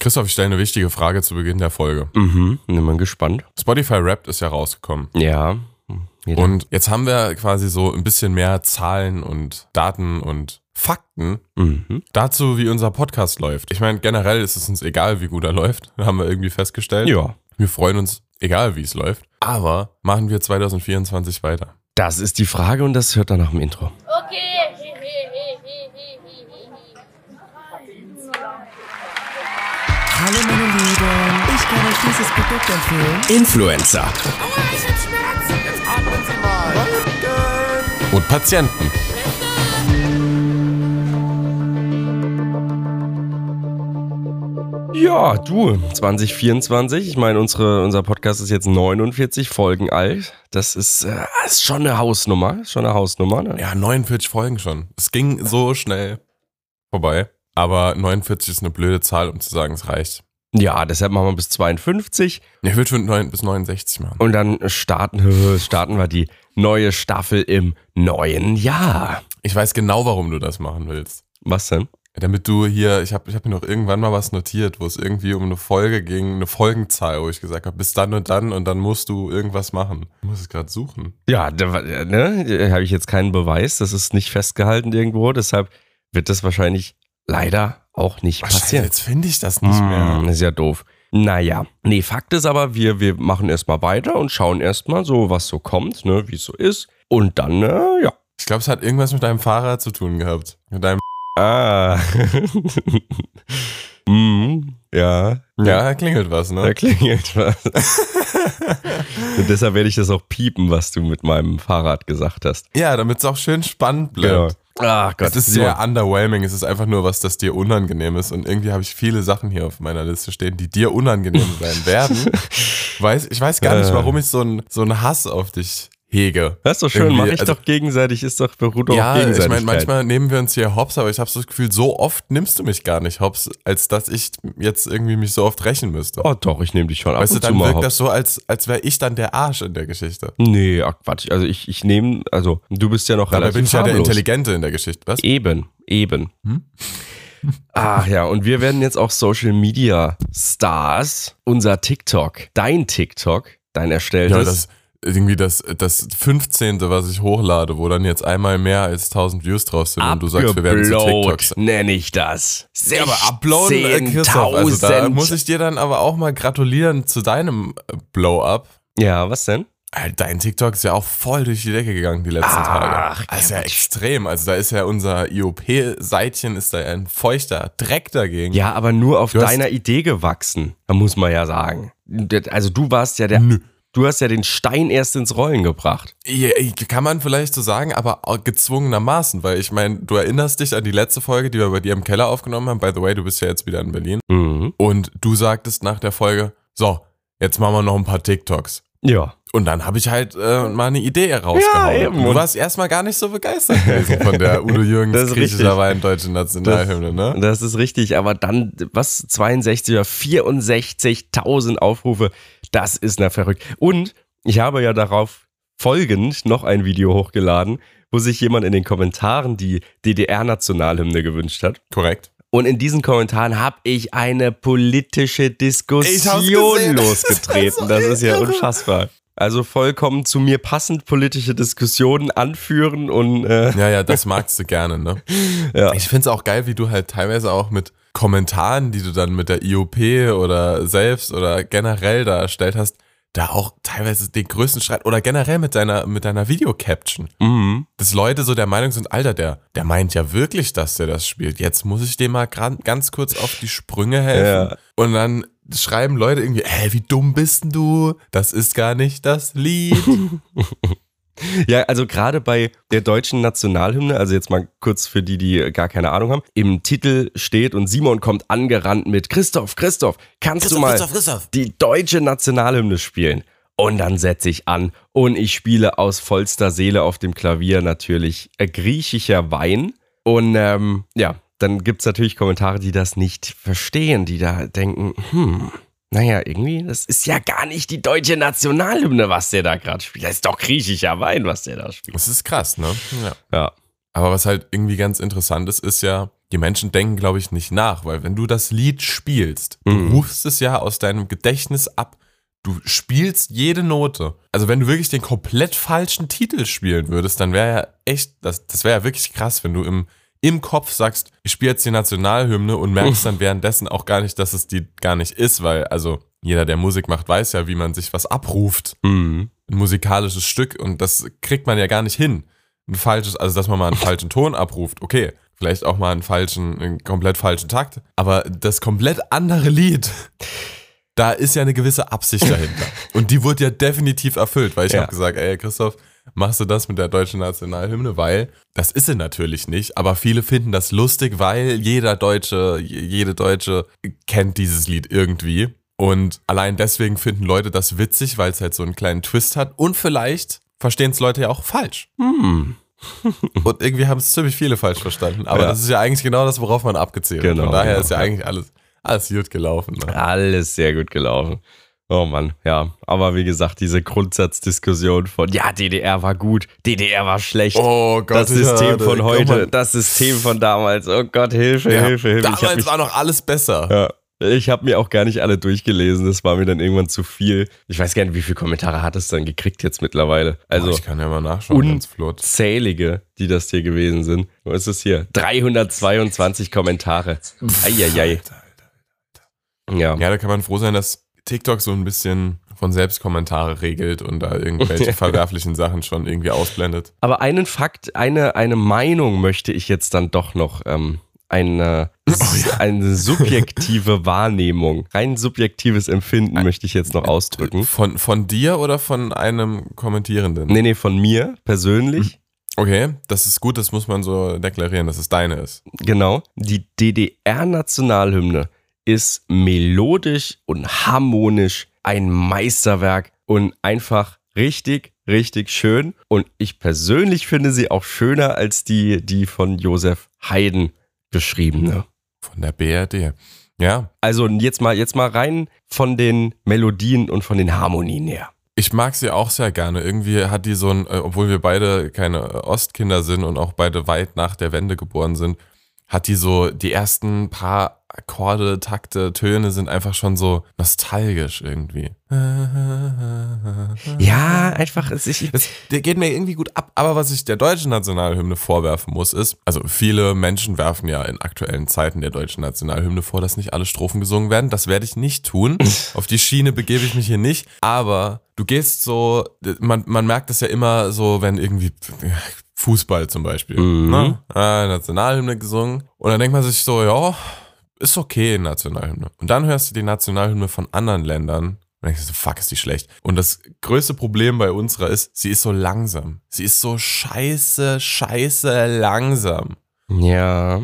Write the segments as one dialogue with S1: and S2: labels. S1: Christoph, ich stelle eine wichtige Frage zu Beginn der Folge.
S2: Mhm, bin mal gespannt.
S1: Spotify Wrapped ist ja rausgekommen.
S2: Ja. Jeder.
S1: Und jetzt haben wir quasi so ein bisschen mehr Zahlen und Daten und Fakten
S2: Mhm.
S1: dazu, wie unser Podcast läuft. Ich meine, generell ist es uns egal, wie gut er läuft, haben wir irgendwie festgestellt.
S2: Ja.
S1: Wir freuen uns, egal wie es läuft. Aber machen wir 2024 weiter.
S2: Das ist die Frage und das hört dann nach dem Intro.
S3: Okay.
S4: Hallo meine Lieben, ich kann euch dieses Produkt empfehlen.
S2: Influencer
S1: Und Patienten.
S2: Ja, du, 2024. Ich meine, unsere, unser Podcast ist jetzt 49 Folgen alt. Das ist, äh, ist schon eine Hausnummer. Ist schon eine Hausnummer. Ne?
S1: Ja, 49 Folgen schon. Es ging so schnell vorbei. Aber 49 ist eine blöde Zahl, um zu sagen, es reicht.
S2: ja, deshalb machen wir bis 52
S1: Ich will schon 9 bis 69 machen.
S2: und dann starten, starten wir die neue Staffel im neuen Jahr.
S1: Ich weiß genau, warum du das machen willst.
S2: Was denn?
S1: Damit du hier, ich habe ich hab mir noch irgendwann mal was notiert, wo es irgendwie um eine Folge ging, eine Folgenzahl, wo ich gesagt habe, bis dann und dann und dann musst du irgendwas machen. Ich muss es gerade suchen.
S2: Ja, da war- ne, habe ich jetzt keinen Beweis. Das ist nicht festgehalten irgendwo. Deshalb wird das wahrscheinlich leider auch nicht
S1: Was
S2: passieren.
S1: Jetzt finde ich das nicht mehr.
S2: Hm, ist ja doof. Naja, nee, Fakt ist aber, wir, wir machen erstmal weiter und schauen erstmal so, was so kommt, ne, wie es so ist. Und dann, äh, ja.
S1: Ich glaube, es hat irgendwas mit deinem Fahrrad zu tun gehabt. Mit deinem.
S2: Ah. Hm, ja.
S1: Ja, da klingelt was,
S2: Da
S1: ne?
S2: klingelt was. und deshalb werde ich das auch piepen, was du mit meinem Fahrrad gesagt hast.
S1: Ja, damit es auch schön spannend bleibt.
S2: Ach Gott,
S1: Es ist
S2: Simon.
S1: sehr underwhelming. Es ist einfach nur was, das dir unangenehm ist. Und irgendwie habe ich viele Sachen hier auf meiner Liste stehen, die dir unangenehm sein werden. weiß, ich weiß gar nicht,
S2: Äh.
S1: warum ich so einen so einen Hass auf dich hege.
S2: Das ist doch schön,
S1: Irgendwie,
S2: mache ich
S1: also-
S2: doch halt. gegenseitig, ist doch beruht doch auf
S1: Ja, ich
S2: Gegenseitigkeit.
S1: meine, manchmal nehmen wir uns hier hops, aber ich habe so das Gefühl, so oft nimmst du mich gar nicht hops, als dass ich jetzt irgendwie mich so oft rächen müsste.
S2: oh doch, ich nehme dich schon ab
S1: weißt du,
S2: und zu
S1: dann
S2: mal
S1: wirkt
S2: hops.
S1: das so, als, als wäre ich dann der Arsch in der Geschichte.
S2: Nee, ach Quatsch, also ich, ich nehme, also du bist ja noch
S1: Dabei
S2: relativ
S1: bin ich ja der Hm?
S2: harmlos.
S1: Intelligente in der Geschichte, was?
S2: Eben, eben. Ach ja, und wir werden jetzt auch Social Media Stars, unser TikTok, dein TikTok, dein erstelltes.
S1: Ja, das irgendwie das, das 15. was ich hochlade, wo dann jetzt einmal mehr als 1000 Views drauf sind und du sagst, wir werden zu
S2: Upload
S1: TikToks.
S2: nenne ich das.
S1: Ja, aber uploaden, äh, Christoph, also da
S2: 16.000.
S1: muss ich dir dann aber auch mal gratulieren zu deinem äh, Blow-Up.
S2: Ja, was denn?
S1: Alter, Dein TikTok ist ja auch voll durch die Decke gegangen die letzten Tage. Das ist ja extrem. Also da ist ja unser IOP-Seitchen, ist da ja ein feuchter Dreck dagegen.
S2: Ja, aber nur auf
S1: Du hast-
S2: deiner Idee gewachsen, da muss man ja sagen. Also du warst ja der, du hast ja den Stein erst ins Rollen gebracht.
S1: Ja, Kann man vielleicht so sagen, aber auch gezwungenermaßen, weil ich meine, du erinnerst dich an die letzte Folge, die wir bei dir im Keller aufgenommen haben. By the way, du bist ja jetzt wieder in Berlin.
S2: Mhm.
S1: Und du sagtest nach der Folge, so, jetzt machen wir noch ein paar TikToks.
S2: Ja.
S1: Und dann habe ich halt äh, mal eine Idee herausgehauen.
S2: Ja, eben.
S1: Du warst erstmal gar nicht so begeistert gewesen von der Udo
S2: Das
S1: Jürgens
S2: ist
S1: griechischer
S2: richtig.
S1: Wein deutsche Nationalhymne, ne?
S2: Das ist richtig, aber dann, was, 62 oder 64.000 Aufrufe, das ist na verrückt. Und ich habe ja darauf folgend noch ein Video hochgeladen, wo sich jemand in den Kommentaren die DDR-Nationalhymne gewünscht hat.
S1: Korrekt.
S2: Und in diesen Kommentaren habe ich eine politische
S1: Ich hab's
S2: Diskussion
S1: gesehen.
S2: losgetreten. Das ist ja unfassbar. Also vollkommen zu mir passend politische Diskussionen anführen und äh,
S1: Ja, ja, das magst du gerne, ne?
S2: Ja.
S1: Ich find's auch geil, wie du halt teilweise auch mit Kommentaren, die du dann mit der IOP oder selbst oder generell da erstellt hast, da auch teilweise den größten Streit oder generell mit deiner, mit deiner Video-Caption.
S2: Mhm.
S1: Dass Leute so der Meinung sind, Alter, der, der meint ja wirklich, dass der das spielt. Jetzt muss ich dem mal gran- ganz kurz auf die Sprünge helfen.
S2: Ja.
S1: Und dann schreiben Leute irgendwie, hä, wie dumm bist denn du? Das ist gar nicht das Lied.
S2: Ja, also gerade bei der deutschen Nationalhymne, also jetzt mal kurz für die, die gar keine Ahnung haben, im Titel steht und Simon kommt angerannt mit Christoph, Christoph, kannst du mal die deutsche Nationalhymne spielen? Und dann setze ich an und ich spiele aus vollster Seele auf dem Klavier natürlich äh, griechischer Wein. Und ähm, ja, dann gibt es natürlich Kommentare, die das nicht verstehen, die da denken, hm, naja, irgendwie, das ist ja gar nicht die deutsche Nationalhymne, was der da gerade spielt. Das ist doch griechischer Wein, was der da spielt.
S1: Das ist krass, ne? Ja.
S2: Ja.
S1: Aber was halt irgendwie ganz interessant ist, ist ja, die Menschen denken, glaube ich, nicht nach, weil wenn du das Lied spielst, du
S2: Mhm.
S1: rufst es ja aus deinem Gedächtnis ab. Du spielst jede Note. Also wenn du wirklich den komplett falschen Titel spielen würdest, dann wäre ja echt, das, das wäre ja wirklich krass, wenn du im, im Kopf sagst, ich spiele jetzt die Nationalhymne und merkst dann währenddessen auch gar nicht, dass es die gar nicht ist, weil also jeder, der Musik macht, weiß ja, wie man sich was abruft
S2: Mhm.
S1: ein musikalisches Stück und das kriegt man ja gar nicht hin. Ein falsches, also dass man mal einen falschen Ton abruft, okay. Vielleicht auch mal einen falschen, einen komplett falschen Takt. Aber das komplett andere Lied, da ist ja eine gewisse Absicht dahinter. Und die wurde ja definitiv erfüllt, weil ich
S2: Ja.
S1: habe gesagt, ey Christoph, machst du das mit der deutschen Nationalhymne? Weil, das ist sie natürlich nicht, aber viele finden das lustig, weil jeder Deutsche, jede Deutsche kennt dieses Lied irgendwie. Und allein deswegen finden Leute das witzig, weil es halt so einen kleinen Twist hat. Und vielleicht verstehen es Leute ja auch falsch. Und irgendwie haben es ziemlich viele falsch verstanden. Aber
S2: Hm. Ja.
S1: das ist ja eigentlich genau das, worauf man abgezählt hat.
S2: Genau,
S1: Von daher
S2: genau,
S1: ist ja
S2: ja.
S1: eigentlich alles, alles gut gelaufen. Ne?
S2: Alles sehr gut gelaufen. Oh Mann, ja. Aber wie gesagt, diese Grundsatzdiskussion von, ja, DDR war gut, DDR war schlecht.
S1: Oh Gott,
S2: das System
S1: ja, da
S2: von
S1: kann
S2: heute,
S1: man-
S2: das System von damals. Oh Gott, Hilfe,
S1: Ja,
S2: Hilfe, Hilfe. Ich hab
S1: Damals
S2: mich-
S1: war noch alles besser.
S2: Ja. Ich habe mir auch gar nicht alle durchgelesen. Das war mir dann irgendwann zu viel. Ich weiß gar nicht, wie viele Kommentare hat es dann gekriegt jetzt mittlerweile.
S1: Boah,
S2: Also
S1: ich kann ja mal nachschauen,
S2: un-
S1: ganz flott.
S2: zählige, die das hier gewesen sind. Wo ist es hier? 322 Kommentare. Eieiei. Ja.
S1: Ja, da kann man froh sein, dass TikTok so ein bisschen von selbst Kommentare regelt und da irgendwelche verwerflichen Sachen schon irgendwie ausblendet.
S2: Aber einen Fakt, eine, eine Meinung möchte ich jetzt dann doch noch. Ähm, eine, eine subjektive Wahrnehmung, rein subjektives Empfinden möchte ich jetzt noch ausdrücken.
S1: Von, von dir oder von einem Kommentierenden?
S2: Nee, nee, von mir persönlich.
S1: Okay, das ist gut, das muss man so deklarieren, dass es deine ist.
S2: Genau. Die DDR-Nationalhymne ist melodisch und harmonisch ein Meisterwerk und einfach richtig, richtig schön. Und ich persönlich finde sie auch schöner als die, die von Josef Haydn beschriebene.
S1: Von der BRD. Ja,
S2: Also jetzt mal, jetzt mal rein von den Melodien und von den Harmonien her.
S1: ich mag sie auch sehr gerne. Irgendwie hat die so ein, äh, obwohl wir beide keine äh, Ostkinder sind und auch beide weit nach der Wende geboren sind, hat die so, die ersten paar Akkorde, Takte, Töne sind einfach schon so nostalgisch irgendwie.
S2: Ja, einfach. es- Ich,
S1: Das, der geht mir irgendwie gut ab. Aber was ich der deutschen Nationalhymne vorwerfen muss, ist, also viele Menschen werfen ja in aktuellen Zeiten der deutschen Nationalhymne vor, dass nicht alle Strophen gesungen werden. Das werde ich nicht tun. Auf die Schiene begebe ich mich hier nicht. Aber du gehst so, man, man merkt das ja immer so, wenn irgendwie Fußball zum Beispiel,
S2: Mhm.
S1: ne? Ah, Nationalhymne gesungen. Und dann denkt man sich so, ja, ist okay, Nationalhymne. Und dann hörst du die Nationalhymne von anderen Ländern und denkst du, so, fuck, ist die schlecht. Und das größte Problem bei unserer ist, sie ist so langsam. Sie ist so scheiße, scheiße langsam.
S2: ja.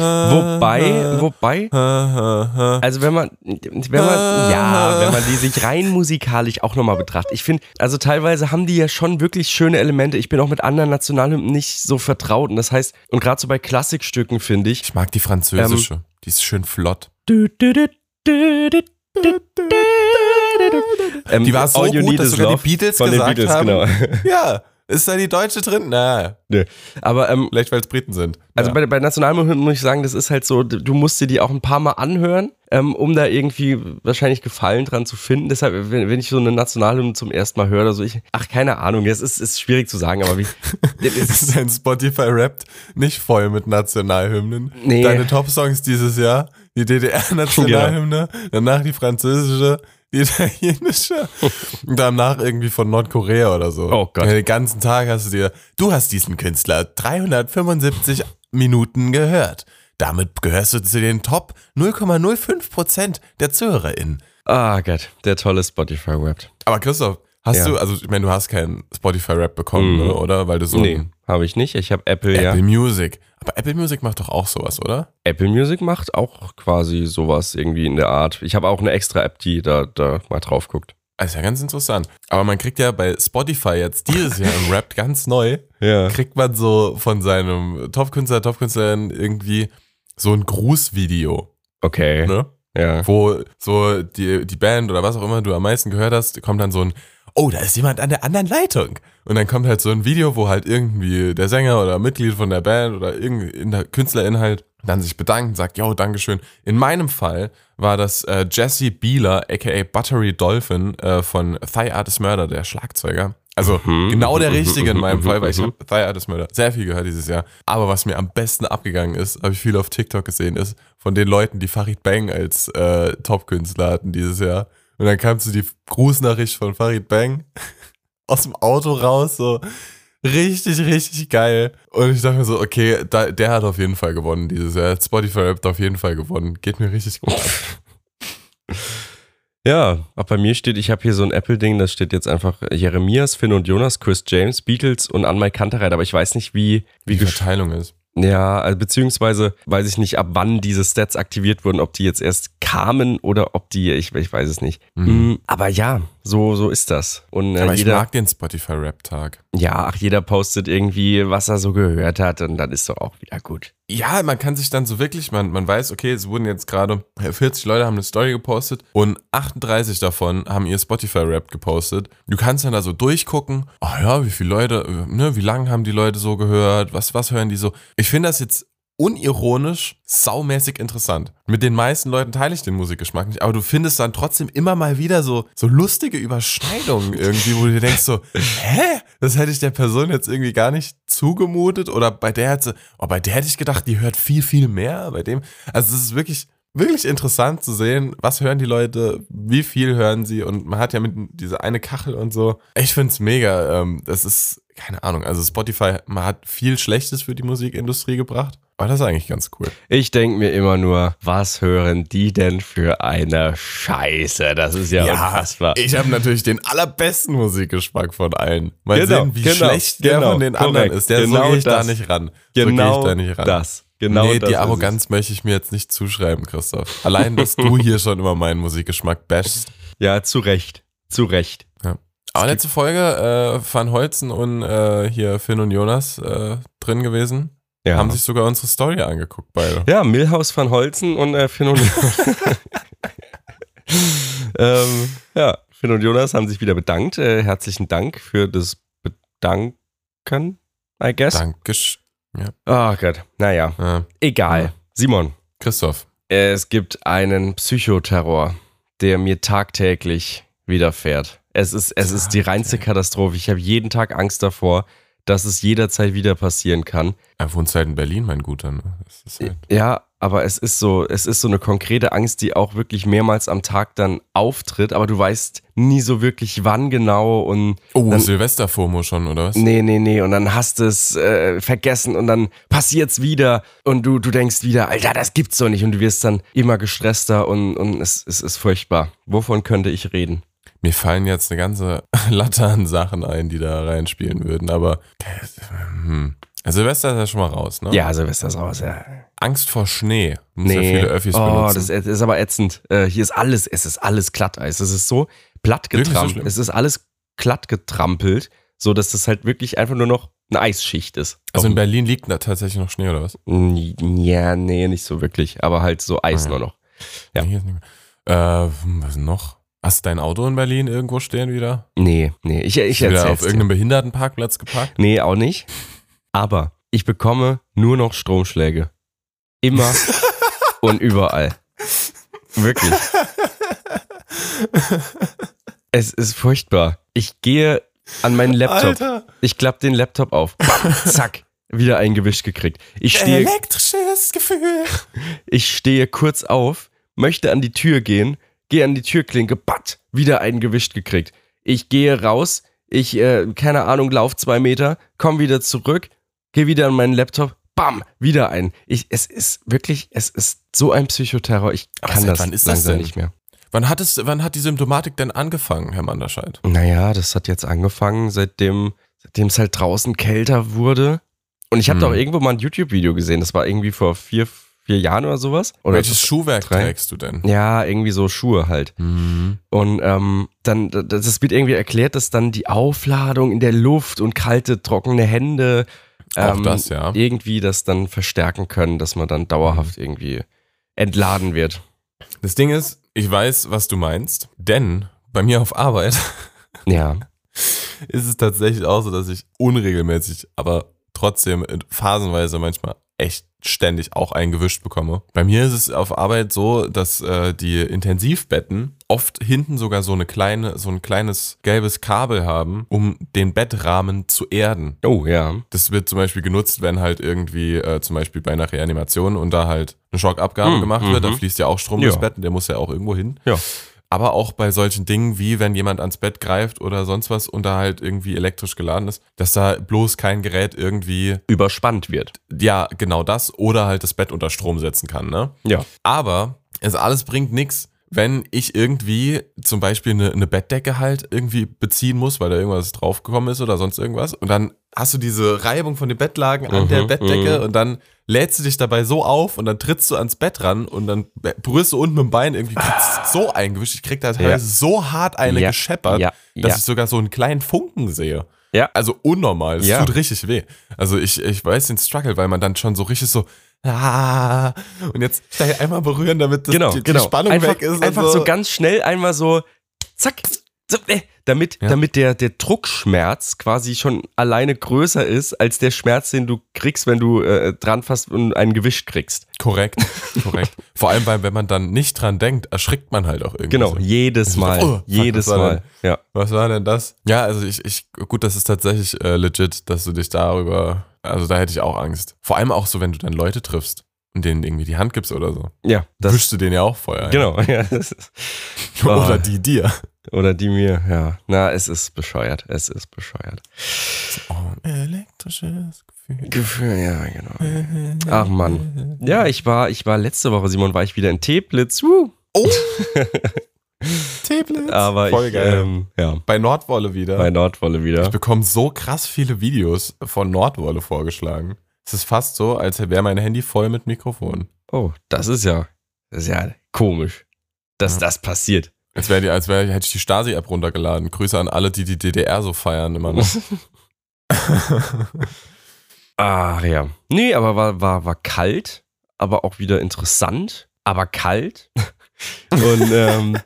S2: Wobei,
S1: Wobei,
S2: wobei, Also wenn man, wenn man,
S1: Ah.
S2: ja, wenn man die sich rein musikalisch auch nochmal betrachtet. Ich finde, also teilweise haben die ja schon wirklich schöne Elemente. Ich bin auch mit anderen Nationalhymnen nicht so vertraut. Und das heißt, und gerade so bei Klassikstücken finde ich,
S1: ich mag die französische. die ist schön flott.
S2: ähm,
S1: Die war so
S2: All You
S1: gut,
S2: Need
S1: dass
S2: Is
S1: sogar die
S2: Love
S1: Beatles
S2: von
S1: gesagt
S2: den Beatles,
S1: haben.
S2: Genau.
S1: Ja, ist da die Deutsche drin? Na,
S2: Nee. Aber ähm,
S1: vielleicht weil es Briten sind.
S2: Also
S1: ja.
S2: bei, bei Nationalhymnen muss ich sagen, das ist halt so, d- du musst dir die auch ein paar Mal anhören, ähm, um da irgendwie wahrscheinlich Gefallen dran zu finden. Deshalb, wenn, wenn ich so eine Nationalhymne zum ersten Mal höre oder so, ich, ach, keine Ahnung, es ist, ist schwierig zu sagen, aber wie. es
S1: ist
S2: ist,
S1: dein Spotify rappt nicht voll mit Nationalhymnen.
S2: Nee.
S1: Deine Top-Songs dieses Jahr, die DDR-Nationalhymne, danach die französische, die italienische und danach irgendwie von Nordkorea oder so.
S2: Oh Gott.
S1: Ja, Den ganzen Tag hast du dir, du hast diesen Künstler 375 Minuten gehört. Damit gehörst du zu den Top 0,05 Prozent der ZuhörerInnen.
S2: ah Gott, der tolle Spotify Wrapped.
S1: Aber Christoph, hast
S2: Ja.
S1: du, also ich meine, du hast keinen Spotify-Rap bekommen,
S2: Mhm.
S1: ne, oder? Weil du so
S2: Nee,
S1: ein
S2: habe ich nicht. Ich habe Apple,
S1: Oh. Apple
S2: ja.
S1: Music. Aber Apple Music macht doch auch sowas, oder?
S2: Apple Music macht auch quasi sowas irgendwie in der Art. Ich habe auch eine extra App, die da, da mal drauf guckt.
S1: Das ist ja ganz interessant. Aber man kriegt ja bei Spotify jetzt dieses Jahr im Rap ganz neu,
S2: Ja.
S1: kriegt man so von seinem Top-Künstler, Top-Künstlerin irgendwie so ein Grußvideo.
S2: Okay.
S1: Ne?
S2: Ja.
S1: wo so die, die Band oder was auch immer du am meisten gehört hast, kommt dann so ein, oh, da ist jemand an der anderen Leitung. Und dann kommt halt so ein Video, wo halt irgendwie der Sänger oder Mitglied von der Band oder irgendein Künstlerinhalt dann sich bedankt und sagt, yo, Dankeschön. In meinem Fall war das äh, Jesse Bieler, aka Buttery Dolphin äh, von Thigh Artist Murder, der Schlagzeuger. Also genau der richtige in meinem Fall, weil ich habe Thigh Artist Murder sehr viel gehört dieses Jahr. Aber was mir am besten abgegangen ist, habe ich viel auf TikTok gesehen, ist von den Leuten, die Farid Bang als äh, Top-Künstler hatten dieses Jahr. Und dann kam so die Grußnachricht von Farid Bang aus dem Auto raus, so richtig, richtig geil. Und ich dachte mir so, okay, da, der hat auf jeden Fall gewonnen dieses Jahr. Spotify hat auf jeden Fall gewonnen. Geht mir richtig gut.
S2: Ja, auch bei mir steht, ich habe hier so ein Apple-Ding, das steht jetzt einfach Jeremias, Finn und Jonas, Chris James, Beatles und Anmai Kantereit, aber ich weiß nicht, wie, wie,
S1: Die
S2: gesch-
S1: Verteilung ist.
S2: Ja, also beziehungsweise weiß ich nicht, ab wann diese Stats aktiviert wurden, ob die jetzt erst kamen oder ob die, ich, ich weiß es nicht. Mm, Aber ja, so, so ist das. Und
S1: Mhm.
S2: äh,
S1: Aber ich
S2: jeder,
S1: mag den Spotify-Rap-Tag.
S2: ja, ach, jeder postet irgendwie, was er so gehört hat und dann ist doch auch wieder gut.
S1: Ja, man kann sich dann so wirklich, man, man weiß, okay, es wurden jetzt gerade äh, 40 Leute haben eine Story gepostet und 38 davon haben ihr Spotify-Rap gepostet. Du kannst dann da so durchgucken, ah ja, wie viele Leute, äh, ne, wie lange haben die Leute so gehört, was, was hören die so. Ich finde das jetzt unironisch, saumäßig interessant. Mit den meisten Leuten teile ich den Musikgeschmack nicht, aber du findest dann trotzdem immer mal wieder so, so lustige Überschneidungen irgendwie, wo du dir denkst so, hä? Das hätte ich der Person jetzt irgendwie gar nicht zugemutet oder bei der hätte, oh, bei der hätte ich gedacht, die hört viel, viel mehr, bei dem. Also es ist wirklich, wirklich interessant zu sehen, was hören die Leute, wie viel hören sie und man hat ja mit diese eine Kachel und so. Ich finde es mega. Ähm, das ist, keine Ahnung, also Spotify man hat viel Schlechtes für die Musikindustrie gebracht, aber das ist eigentlich ganz cool.
S2: Ich denke mir immer nur, was hören die denn für eine Scheiße? Das ist ja, unfassbar.
S1: ich habe natürlich den allerbesten Musikgeschmack von allen. Mal
S2: Genau,
S1: sehen, wie
S2: genau,
S1: schlecht der
S2: genau,
S1: von den
S2: korrekt.
S1: anderen ist. Der
S2: Genau
S1: so gehe ich
S2: das.
S1: da nicht ran. so
S2: genau
S1: gehe ich da nicht ran.
S2: das. Genau
S1: nee,
S2: das
S1: die
S2: ist es.
S1: Arroganz möchte ich mir jetzt nicht zuschreiben, Christoph. Allein, dass du hier schon immer meinen Musikgeschmack bashst.
S2: Ja, zu Recht. Zu Recht.
S1: Aber letzte Folge, äh, Van Holzen und äh, hier Finn und Jonas äh, drin gewesen.
S2: Ja.
S1: Haben sich sogar unsere Story angeguckt, beide.
S2: Ja, Milhaus van Holzen und äh, Finn und ähm, Ja, Finn und Jonas haben sich wieder bedankt. Äh, herzlichen Dank für das Bedanken, I guess.
S1: Dankeschön.
S2: Ah Gott, naja,
S1: Äh,
S2: egal. Simon,
S1: Christoph,
S2: äh, es gibt einen Psychoterror, der mir tagtäglich widerfährt. Es ist, es ist die reinste Katastrophe. Ich habe jeden Tag Angst davor, dass es jederzeit wieder passieren kann.
S1: er wohnt halt in Berlin, mein Guter. Ne? Das ist halt,
S2: Ja, aber es ist so, es ist so eine konkrete Angst, die auch wirklich mehrmals am Tag dann auftritt, aber du weißt nie so wirklich wann genau und
S1: oh,
S2: dann,
S1: Silvesterfomo schon, oder was?
S2: nee, nee, nee, und dann hast du es äh, vergessen und dann passiert's wieder und du, du denkst wieder, Alter, das gibt's doch nicht und du wirst dann immer gestresster und, und es, es ist furchtbar. Wovon könnte ich reden?
S1: Mir fallen jetzt eine ganze Latte an Sachen ein, die da reinspielen würden, aber hm. Silvester ist ja schon mal raus, ne?
S2: Ja, Silvester ist raus, ja.
S1: Angst vor Schnee. Muss ja
S2: Nee.
S1: viele Öffis
S2: oh,
S1: benutzen.
S2: das ist, ist aber ätzend. Äh, hier ist alles, es ist alles Glatteis. Es ist so platt
S1: Wirklich so
S2: getrampelt.
S1: schlimm?
S2: es ist alles glatt getrampelt, so dass das halt wirklich einfach nur noch eine Eisschicht ist.
S1: also in
S2: Auf-
S1: Berlin liegt da tatsächlich noch Schnee, oder was?
S2: ja, nee, nicht so wirklich, aber halt so Eis
S1: Mhm.
S2: nur noch. Ja.
S1: Nee, hier ist nicht mehr. Äh, hm, was noch? Hast du dein Auto in Berlin irgendwo stehen wieder?
S2: Nee, nee, ich, ich
S1: wieder
S2: erzähl's
S1: auf
S2: dir.
S1: irgendeinem Behindertenparkplatz geparkt?
S2: Nee, auch nicht. Aber ich bekomme nur noch Stromschläge. Immer und überall. Wirklich. Es ist furchtbar. Ich gehe an meinen Laptop. Ich klappe den Laptop auf. Bam, zack. Wieder ein Gewicht gekriegt. Ich stehe,
S1: elektrisches Gefühl.
S2: ich stehe kurz auf, möchte an die Tür gehen, gehe an die Türklinke, batt, wieder ein Gewicht gekriegt. Ich gehe raus, ich, äh, keine Ahnung, lauf zwei Meter, komm wieder zurück, gehe wieder an meinen Laptop, bam, wieder ein. Ich, es ist wirklich, es ist so ein Psychoterror, ich
S1: Aber
S2: kann
S1: seit
S2: das
S1: wann ist das
S2: langsam
S1: denn?
S2: nicht mehr.
S1: Wann hat, es, wann hat die Symptomatik denn angefangen, Herr Manderscheid?
S2: Naja, das hat jetzt angefangen, seitdem seitdem es halt draußen kälter wurde. Und ich habe
S1: Hm.
S2: da auch irgendwo mal ein YouTube-Video gesehen, das war irgendwie vor vier, vier Jahren oder sowas. Oder
S1: Welches Schuhwerk
S2: drei?
S1: trägst du denn?
S2: Ja, irgendwie so Schuhe halt.
S1: Mhm.
S2: Und ähm, dann, d- das das wird irgendwie erklärt, dass dann die Aufladung in der Luft und kalte, trockene Hände ähm,
S1: Auch das, ja. Mhm.
S2: irgendwie das dann verstärken können, dass man dann dauerhaft irgendwie entladen wird.
S1: Das Ding ist, ich weiß, was du meinst, denn bei mir auf Arbeit
S2: Ja.
S1: ist es tatsächlich auch so, dass ich unregelmäßig, aber trotzdem in- phasenweise manchmal echt ständig auch einen gewischt bekomme. Bei mir ist es auf Arbeit so, dass äh, die Intensivbetten oft hinten sogar so eine kleine, so ein kleines gelbes Kabel haben, um den Bettrahmen zu erden.
S2: Oh, ja.
S1: Das wird zum Beispiel genutzt, wenn halt irgendwie äh, zum Beispiel bei einer Reanimation und da halt eine Schockabgabe
S2: Hm,
S1: gemacht wird, da fließt ja auch Strom
S2: Ja.
S1: durchs Bett und der muss ja auch irgendwo hin.
S2: Ja.
S1: Aber auch bei solchen Dingen, wie wenn jemand ans Bett greift oder sonst was und da halt irgendwie elektrisch geladen ist, dass da bloß kein Gerät irgendwie,
S2: Überspannt wird.
S1: ja, genau das oder halt das Bett unter Strom setzen kann, ne?
S2: Ja.
S1: Aber es alles bringt nichts, wenn ich irgendwie zum Beispiel eine, eine Bettdecke halt irgendwie beziehen muss, weil da irgendwas draufgekommen ist oder sonst irgendwas. Und dann hast du diese Reibung von den Bettlagen an
S2: Mhm,
S1: der Bettdecke und dann lädst du dich dabei so auf und dann trittst du ans Bett ran und dann be- berührst du unten mit dem Bein irgendwie kriegst so eingewischt. Ich krieg da teilweise so hart eine
S2: Ja,
S1: gescheppert,
S2: ja,
S1: dass
S2: ja.
S1: ich sogar so einen kleinen Funken sehe.
S2: Ja.
S1: Also unnormal. Es
S2: Ja.
S1: tut richtig weh. Also ich, ich weiß den Struggle, weil man dann schon so richtig so, ah, und jetzt schnell einmal berühren, damit das,
S2: Genau,
S1: die, die
S2: genau.
S1: Spannung
S2: einfach,
S1: weg ist. und
S2: Einfach so. ganz schnell einmal so, zack, so, äh, damit,
S1: Ja.
S2: damit der, der Druckschmerz quasi schon alleine größer ist, als der Schmerz, den du kriegst, wenn du äh, dran fasst und einen gewischt kriegst.
S1: Korrekt, korrekt. Vor allem, weil wenn man dann nicht dran denkt, erschrickt man halt auch irgendwie.
S2: Genau,
S1: So.
S2: jedes
S1: so,
S2: Mal.
S1: oh, fuck,
S2: jedes
S1: was war
S2: Mal. Ja.
S1: Was war denn das? Ja, also ich, ich gut, das ist tatsächlich äh, legit, dass du dich darüber, also da hätte ich auch Angst. Vor allem auch so, wenn du dann Leute triffst und denen irgendwie die Hand gibst oder so.
S2: Ja, das.
S1: Wischst du denen ja auch Feuer.
S2: Genau, ja. das ist- Ah,
S1: Oder die dir.
S2: Oder die mir, ja. Na, es ist bescheuert. Es ist bescheuert.
S1: Oh, elektrisches Gefühl.
S2: Gefühl, ja, genau. Ach Mann. Ja, ich war, ich war letzte Woche, Simon, war ich wieder in Teplitz. Woo.
S1: Teplitz.
S2: Oh! Aber
S1: Voll
S2: ich,
S1: geil.
S2: Ähm, ja,
S1: bei Nordwolle wieder.
S2: bei Nordwolle wieder.
S1: Ich bekomme so krass viele Videos von Nordwolle vorgeschlagen. Es ist fast so, als wäre mein Handy voll mit Mikrofonen.
S2: Oh, das ist ja, das ist ja komisch, dass
S1: Ja.
S2: das passiert.
S1: Als wäre die, als wäre, hätte ich die Stasi-App runtergeladen. Grüße an alle, die die DDR so feiern immer
S2: ne?
S1: noch.
S2: Ach Ah, ja. Nee, aber war, war, war kalt, aber auch wieder interessant, aber kalt. Und ähm,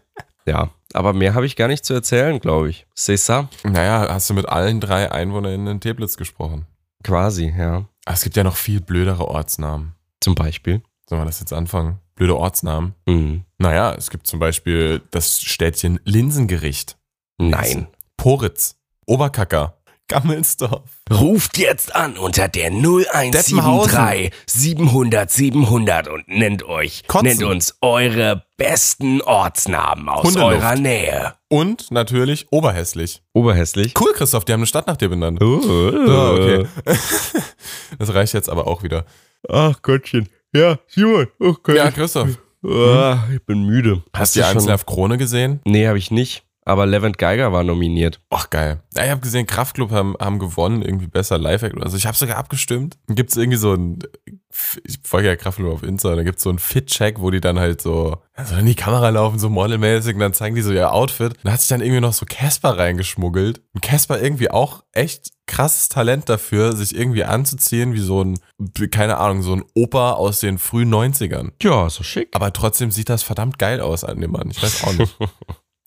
S2: ja, aber mehr habe ich gar nicht zu erzählen, glaube ich. César?
S1: naja, hast du mit allen drei EinwohnerInnen in Teplitz gesprochen?
S2: Quasi, ja.
S1: Aber es gibt ja noch viel blödere Ortsnamen.
S2: Zum Beispiel.
S1: Sollen wir das jetzt anfangen? Blöde Ortsnamen?
S2: Mhm.
S1: Naja, es gibt zum Beispiel das Städtchen Linsengericht,
S2: Nein.
S1: Poritz, Oberkacker, Gammelsdorf.
S2: Ruft jetzt an unter der 0173 700 700 und nennt euch,
S1: Kotzen.
S2: nennt uns eure besten Ortsnamen aus
S1: Hundeluft.
S2: eurer Nähe.
S1: Und natürlich Oberhässlich.
S2: Oberhässlich.
S1: Cool, Christoph, die haben eine Stadt nach dir benannt.
S2: Oh.
S1: Ah, okay. Das reicht jetzt aber auch wieder.
S2: Ach Gottchen. Ja, Simon. Oh Gott.
S1: Ja, Christoph.
S2: Ah, ich bin müde.
S1: Hast du die Einzelhaft Krone gesehen?
S2: Nee, habe ich nicht. Aber Levent Geiger war nominiert.
S1: Ach, geil. Ja, ich habe gesehen, Kraftklub haben, haben gewonnen, irgendwie besser Lifehack oder so. Ich habe sogar abgestimmt. Gibt es irgendwie so ein, ich folge ja Kraftklub auf Insta, da gibt es so einen Fit-Check, wo die dann halt so, also in die Kamera laufen, so modelmäßig und dann zeigen die so ihr Outfit. Da hat sich dann irgendwie noch so Casper reingeschmuggelt. Und Casper irgendwie auch echt krasses Talent dafür, sich irgendwie anzuziehen wie so ein, keine Ahnung, so ein Opa aus den frühen 90ern.
S2: Ja, so schick.
S1: Aber trotzdem sieht das verdammt geil aus an dem Mann. Ich weiß auch nicht.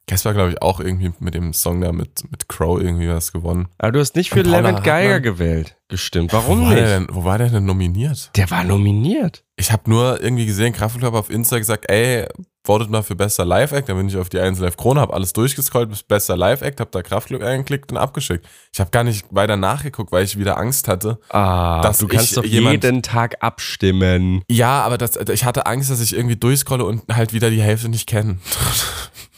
S1: Casper, glaube ich, auch irgendwie mit dem Song da mit, mit Crow irgendwie was gewonnen.
S2: Aber Ah, du hast nicht für
S1: Und Paula
S2: Levent Geiger
S1: Hartmann?
S2: gewählt. Gestimmt.
S1: wo
S2: Warum
S1: War
S2: nicht?
S1: der denn, wo war der denn nominiert?
S2: Der war nominiert.
S1: Ich habe nur irgendwie gesehen, Kraftklub auf Insta gesagt, ey, votet mal für bester Live-Act. Dann bin ich auf die 1 Live Krone, habe alles durchgescrollt bis bester Live-Act, habe da Kraftklub eingeklickt und abgeschickt. Ich habe gar nicht weiter nachgeguckt, weil ich wieder Angst hatte.
S2: Ah,
S1: Dass
S2: du kannst
S1: ich
S2: doch
S1: jemand-
S2: jeden Tag abstimmen.
S1: Ja, aber das, ich hatte Angst, dass ich irgendwie durchscrolle und halt wieder die Hälfte nicht kenne.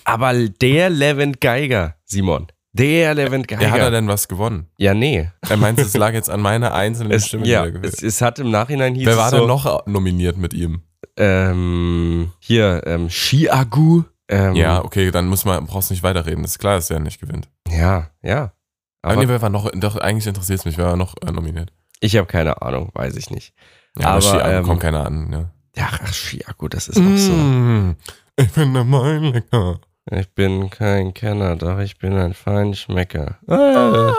S2: Aber der Levent Geiger, Simon. Der Levent
S1: Wer hat er
S2: Geiger.
S1: denn was gewonnen?
S2: ja, nee.
S1: Er meint, es lag jetzt an meiner einzelnen
S2: Es,
S1: Stimme. die
S2: ja,
S1: er gewählt
S2: es, es hat im Nachhinein hieß
S1: Wer
S2: es
S1: war
S2: so,
S1: denn noch nominiert mit ihm?
S2: Ähm, hier, ähm, Shiagu. Ähm,
S1: Ja, okay, dann muss man, brauchst nicht weiterreden. Ist klar, dass der nicht gewinnt.
S2: Ja, ja.
S1: Aber,
S2: Aber
S1: nee, wer war noch, doch, eigentlich interessiert es mich, wer war noch äh, nominiert?
S2: ich habe keine Ahnung, weiß ich nicht.
S1: Ja, aber
S2: Aber,
S1: Ski
S2: ähm,
S1: kommt keiner an, ne?
S2: Ja, ach, Shiagu, das ist auch so.
S1: Mm, ich bin der Meinlecker.
S2: Ich bin kein Kenner, doch ich bin ein Feinschmecker. Äh.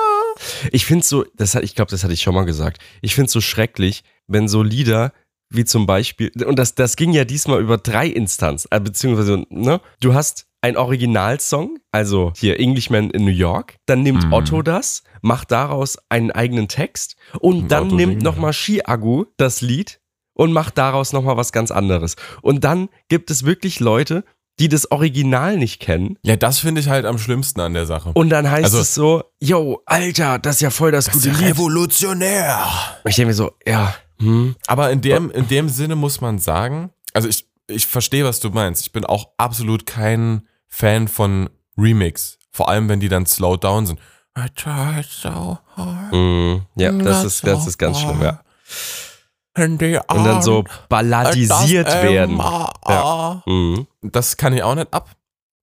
S2: Ich finde so, das hat, ich glaube, das hatte ich schon mal gesagt. Ich finde so schrecklich, wenn so Lieder wie zum Beispiel, und das, das ging ja diesmal über drei Instanzen, äh, beziehungsweise, ne? Du hast ein Originalsong, also hier Englishman in New York, dann nimmt
S1: Mhm.
S2: Otto das, macht daraus einen eigenen Text und
S1: Und
S2: dann
S1: Otto
S2: nimmt
S1: singt
S2: nochmal Shiagu das Lied und macht daraus nochmal was ganz anderes. Und dann gibt es wirklich Leute, die das Original nicht kennen
S1: Ja, das finde ich halt am schlimmsten an der Sache.
S2: und dann heißt
S1: Also-
S2: es so, yo, Alter, das ist ja voll das, gute Lied.
S1: revolutionär.
S2: Und ich denke mir so, ja, hm,
S1: Aber in dem, in dem Sinne muss man sagen, also ich, ich verstehe, was du meinst. Ich bin auch absolut kein Fan von Remix. Vor allem, wenn die dann slow down sind. I tried so hard.
S2: hm, ja, das ist, das ist ganz schlimm, ja. Und dann so balladisiert werden.
S1: Ja.
S2: Mhm.
S1: Das kann ich auch nicht ab.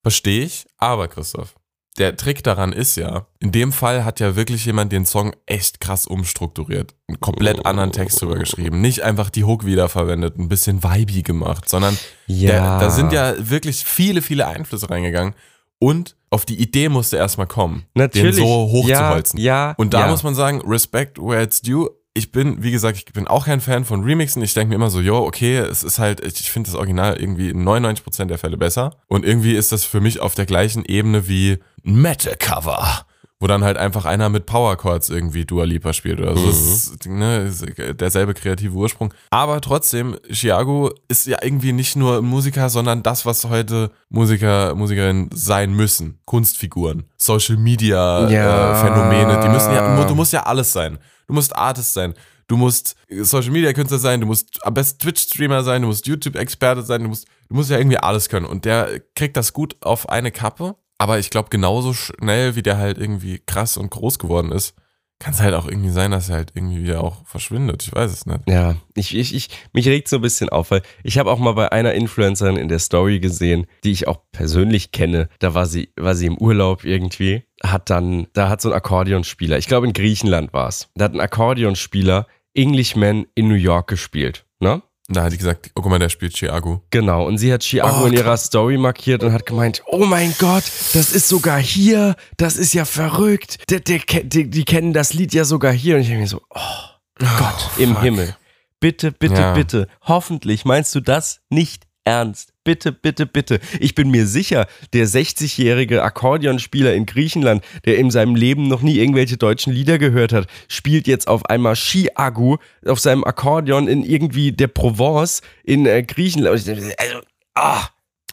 S1: Verstehe ich. Aber, Christoph, der Trick daran ist ja, in dem Fall hat ja wirklich jemand den Song echt krass umstrukturiert. Einen komplett anderen Text drüber geschrieben. Nicht einfach die Hook wiederverwendet, ein bisschen vibey gemacht, sondern der, da sind ja wirklich viele, viele Einflüsse reingegangen. Und auf die Idee musste erstmal kommen,
S2: Natürlich.
S1: den so
S2: ja,
S1: hochzuholzen.
S2: ja.
S1: Und da
S2: ja.
S1: muss man sagen, Respect where it's due. Ich bin, wie gesagt, ich bin auch kein Fan von Remixen. Ich denke mir immer so, yo, okay, es ist halt, ich, ich finde das Original irgendwie in 99% der Fälle besser. Und irgendwie ist das für mich auf der gleichen Ebene wie ein Metal-Cover, wo dann halt einfach einer mit Power Chords irgendwie Dua Lipa spielt oder so.
S2: Mhm.
S1: Das ist, ne, ist derselbe kreative Ursprung. Aber trotzdem, Chiago ist ja irgendwie nicht nur ein Musiker, sondern das, was heute Musiker, Musikerinnen sein müssen. Kunstfiguren, Social Media
S2: Ja.
S1: äh, Phänomene, die müssen ja, du musst ja alles sein. Du musst Artist sein. Du musst äh, Social Media Künstler sein, du musst am besten Twitch Streamer sein, du musst YouTube Experte sein, du musst du musst ja irgendwie alles können und der kriegt das gut auf eine Kappe, aber ich glaube genauso schnell wie der halt irgendwie krass und groß geworden ist, kann es halt auch irgendwie sein, dass er halt irgendwie wieder auch verschwindet. Ich weiß es nicht.
S2: Ja, ich, ich, ich, mich regt so ein bisschen auf, weil ich habe auch mal bei einer Influencerin in der Story gesehen, die ich auch persönlich kenne. Da war sie, war sie im Urlaub irgendwie, hat dann, da hat so ein Akkordeonspieler, ich glaube in Griechenland war's, da hat ein Akkordeonspieler Englishman in New York gespielt, ne?
S1: Da hat die gesagt, oh guck mal, der spielt Chiago.
S2: Genau, und sie hat Chiago
S1: Oh,
S2: in ihrer Story markiert und hat gemeint, oh mein Gott, das ist sogar hier, das ist ja verrückt, der, der, ke- die, die kennen das Lied ja sogar hier. Und ich denke mir so, oh Gott, im
S1: fuck.
S2: Himmel. Bitte, bitte,
S1: Ja.
S2: bitte, hoffentlich meinst du das nicht ernst. Bitte, bitte, bitte. Ich bin mir sicher, der 60-jährige Akkordeonspieler in Griechenland, der in seinem Leben noch nie irgendwelche deutschen Lieder gehört hat, spielt jetzt auf einmal Shiagu auf seinem Akkordeon in irgendwie der Provence in äh, Griechenland. Und ich denke mir, Also, ah,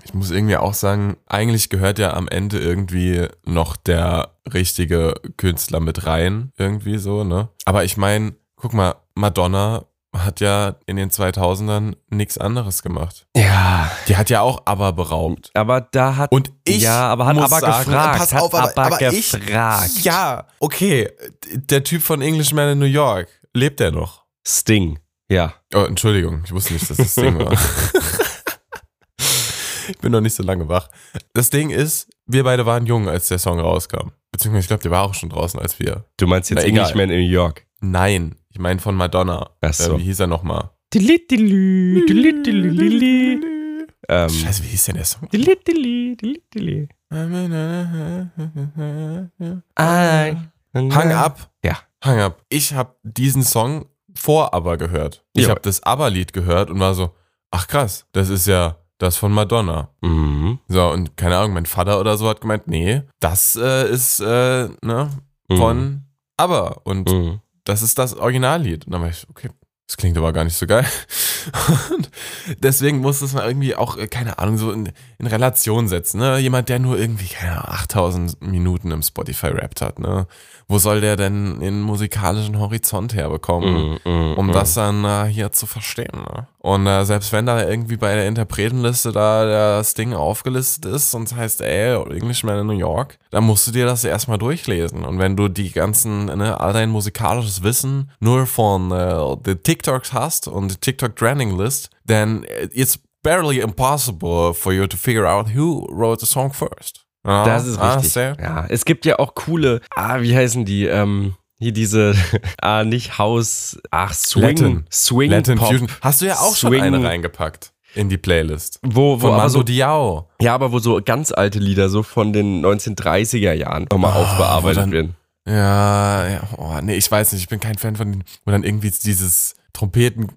S1: Ich muss irgendwie auch sagen, eigentlich gehört ja am Ende irgendwie noch der richtige Künstler mit rein, irgendwie so, ne? Aber ich meine, guck mal, Madonna hat ja in den 2000ern nichts anderes gemacht.
S2: ja.
S1: Die hat ja auch aber beraubt.
S2: Aber da hat
S1: Und ich
S2: ja, aber hat
S1: muss
S2: aber
S1: sagen,
S2: gefragt,
S1: pass
S2: hat
S1: auf, aber, aber, ich,
S2: gefragt.
S1: ja, okay, der Typ von Englishman in New York, lebt der noch?
S2: Sting, ja.
S1: Oh, Entschuldigung, ich wusste nicht, dass das Ding war. ich bin noch nicht so lange wach. Das Ding ist, wir beide waren jung, als der Song rauskam. Beziehungsweise, ich glaube, der war auch schon draußen, als wir.
S2: Du meinst jetzt
S1: Na, egal.
S2: Englishman in New York.
S1: Nein, ich meine von Madonna.
S2: Ach so.
S1: Äh, wie hieß er nochmal?
S2: Dilittilü, dilittilü, ähm,
S1: Scheiße, wie hieß denn der Song?
S2: dilittilü, dilittilü.
S1: Ah, Hang Up.
S2: Ja.
S1: Hang Up. Ich habe diesen Song vor Aber gehört. Ich
S2: Ja.
S1: habe das Aber-Lied gehört und war so, ach krass, das ist ja das von Madonna.
S2: Mhm.
S1: So, und keine Ahnung, mein Vater oder so hat gemeint, nee, das äh, ist äh, ne,
S2: Mhm.
S1: von Aber. Und
S2: Mhm.
S1: das ist das Originallied. Und dann war ich, so, okay, das klingt aber gar nicht so geil. Und deswegen muss das mal irgendwie auch, äh, keine Ahnung, so in, in Relation setzen. Ne? Jemand, der nur irgendwie, keine Ahnung, 8000 Minuten im Spotify rappt hat. Ne? Wo soll der denn den musikalischen Horizont herbekommen?
S2: Mhm, mhm,
S1: um
S2: mhm.
S1: das dann äh, hier zu verstehen. Ne? Und äh, selbst wenn da irgendwie bei der Interpretenliste da das Ding aufgelistet ist und es heißt, ey, Englishman in New York, dann musst du dir das erstmal durchlesen. Und wenn du die ganzen, ne, all dein musikalisches Wissen nur von äh, den TikToks hast und die TikTok Trending List, dann äh, it's barely impossible for you to figure out who wrote the song first. Ja,
S2: Das ist
S1: ah,
S2: richtig.
S1: sehr.
S2: ja, es gibt ja auch coole, ah, wie heißen die? Ähm, hier diese, ah, nicht House, ach, Swing,
S1: Latin.
S2: Swing
S1: Latin
S2: Pop.
S1: Fusion. Hast du ja auch schon
S2: Swing.
S1: eine reingepackt in die Playlist.
S2: Wo, wo
S1: Von
S2: aber
S1: Mando
S2: so,
S1: Diao.
S2: ja, aber wo so ganz alte Lieder so von den 1930er Jahren nochmal
S1: Oh, wo
S2: aufbearbeitet
S1: dann-
S2: werden.
S1: Ja, ja, oh, nee, ich weiß nicht, ich bin kein Fan von denen, wo dann irgendwie dieses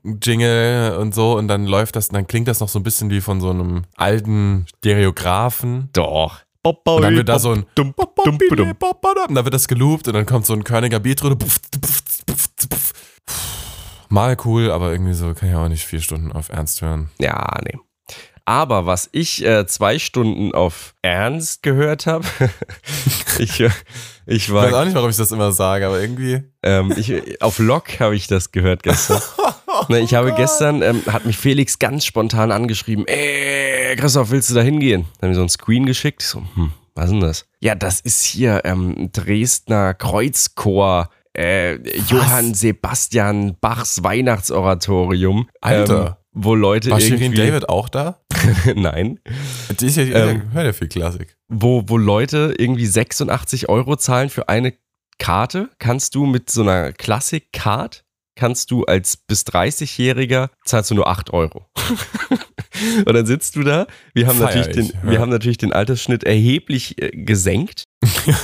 S1: Trompeten-Jingle und so und dann läuft das, und dann klingt das noch so ein bisschen wie von so einem alten Stereographen.
S2: Doch.
S1: Und dann wird da so ein
S2: Dum, dum, dum.
S1: und dann wird das geloopt und dann kommt so ein Körniger Beat drüber. Puff, puff, puff, puff. Mal cool, aber irgendwie so kann ich auch nicht vier Stunden auf Ernst hören.
S2: Ja, nee. Aber was ich äh, zwei Stunden auf Ernst gehört habe, ich, äh, ich
S1: Ich weiß
S2: war
S1: auch nicht, warum ich das immer sage, aber irgendwie.
S2: ähm, ich, auf Lock habe ich das gehört gestern. Ne, ich
S1: Oh
S2: habe gestern, ähm, hat mich Felix ganz spontan angeschrieben, ey, Christoph, willst du da hingehen? Dann haben wir so einen Screen geschickt. Ich so, hm, was ist denn das? Ja, das ist hier ähm, Dresdner Kreuzchor, äh, Johann Sebastian Bachs Weihnachtsoratorium.
S1: Alter.
S2: Ähm, wo Leute
S1: War
S2: irgendwie...
S1: Shirin David auch da?
S2: Nein.
S1: Die ist ja,
S2: Ähm.
S1: hört ja viel Klassik.
S2: wo, wo Leute irgendwie 86 Euro zahlen für eine Karte, kannst du mit so einer Classic-Card, kannst du als bis 30-Jähriger, zahlst du nur 8 Euro. Und dann sitzt du da. Wir haben,
S1: Feier
S2: natürlich den,
S1: ich,
S2: wir
S1: ja.
S2: haben natürlich den Altersschnitt erheblich äh, gesenkt.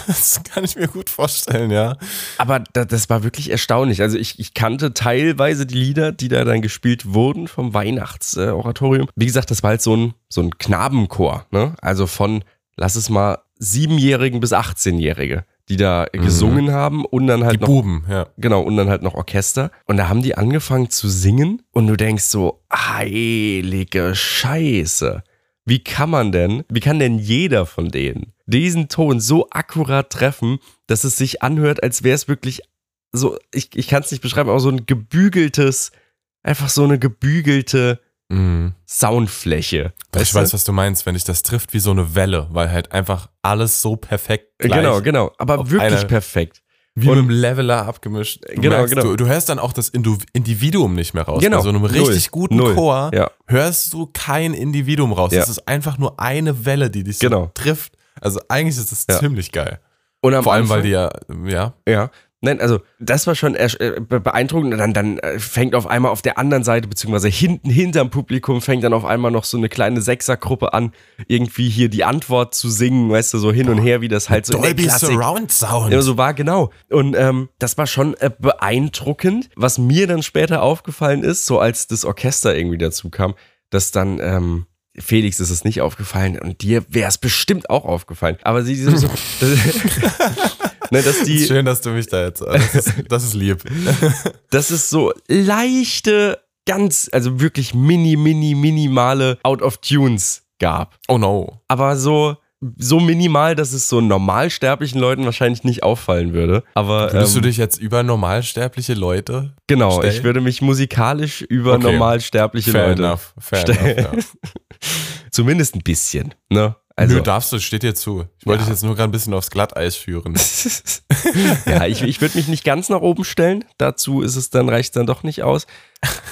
S1: Das kann ich mir gut vorstellen, ja.
S2: Aber da, das war wirklich erstaunlich. Also ich, ich kannte teilweise die Lieder, die da dann gespielt wurden vom Weihnachtsoratorium. Äh, Oratorium. Wie gesagt, das war halt so ein, so ein Knabenchor. Ne? Also von, lass es mal, Siebenjährigen bis 18-Jährige, die da äh,
S1: Mhm.
S2: gesungen haben und dann
S1: Die
S2: halt noch
S1: Buben, ja.
S2: Genau, und dann halt noch Orchester. Und da haben die angefangen zu singen und du denkst so, heilige Scheiße. Wie kann man denn, wie kann denn jeder von denen diesen Ton so akkurat treffen, dass es sich anhört, als wäre es wirklich so, ich, ich kann es nicht beschreiben, aber so ein gebügeltes, einfach so eine gebügelte
S1: Mhm.
S2: Soundfläche.
S1: Ich weiß, was du meinst, wenn dich das trifft wie so eine Welle, weil halt einfach alles so perfekt gleich,
S2: Genau, genau, aber
S1: auf
S2: wirklich
S1: einer-
S2: perfekt.
S1: wie
S2: und-
S1: mit einem Leveler abgemischt. Du,
S2: Genau,
S1: merkst,
S2: genau.
S1: Du, du hörst dann auch das Indu Individuum nicht mehr raus.
S2: Genau.
S1: Bei so einem richtig
S2: Null.
S1: guten
S2: Null.
S1: Chor
S2: Ja.
S1: hörst du kein Individuum raus.
S2: Ja.
S1: Das ist einfach nur eine Welle, die dich
S2: Genau.
S1: so trifft. Also eigentlich ist es
S2: Ja.
S1: ziemlich geil.
S2: Und am
S1: Vor allem, weil
S2: Anfang-
S1: die ja, ja,
S2: Ja. Nein, also das war schon ersch- äh, be- beeindruckend. Und Dann, dann äh, fängt auf einmal auf der anderen Seite, beziehungsweise hinten hinterm Publikum, fängt dann auf einmal noch so eine kleine Sechsergruppe an, irgendwie hier die Antwort zu singen, weißt du, so hin und her, wie das halt so in der
S1: Dolby
S2: Klassik-
S1: Surround Sound.
S2: ja, so war genau. Und ähm, das war schon äh, beeindruckend. Was mir dann später aufgefallen ist, so als das Orchester irgendwie dazu kam, dass dann ähm, Felix ist es nicht aufgefallen und dir wäre es bestimmt auch aufgefallen. Aber sie, sie so, ne, dass die,
S1: Schön, dass du mich da jetzt. äh, Das ist, das ist lieb.
S2: dass es so leichte, ganz, also wirklich mini, mini, minimale Out-of-Tunes gab.
S1: Oh no.
S2: Aber so, so minimal, dass es so normalsterblichen Leuten wahrscheinlich nicht auffallen würde. Aber
S1: Würdest
S2: ähm,
S1: du dich jetzt über normalsterbliche Leute?
S2: genau,
S1: stellen?
S2: ich würde mich musikalisch über
S1: Okay.
S2: normalsterbliche
S1: Fair
S2: Leute.
S1: enough. Fair
S2: stellen.
S1: enough. Ja.
S2: Zumindest ein bisschen. Ne?
S1: Also,
S2: Also.
S1: Nö, darfst du, steht dir zu. Ich wollte
S2: Ja.
S1: dich jetzt nur gerade ein bisschen aufs Glatteis führen.
S2: ja, ich, ich würde mich nicht ganz nach oben stellen. Dazu ist es dann, reicht dann doch nicht aus.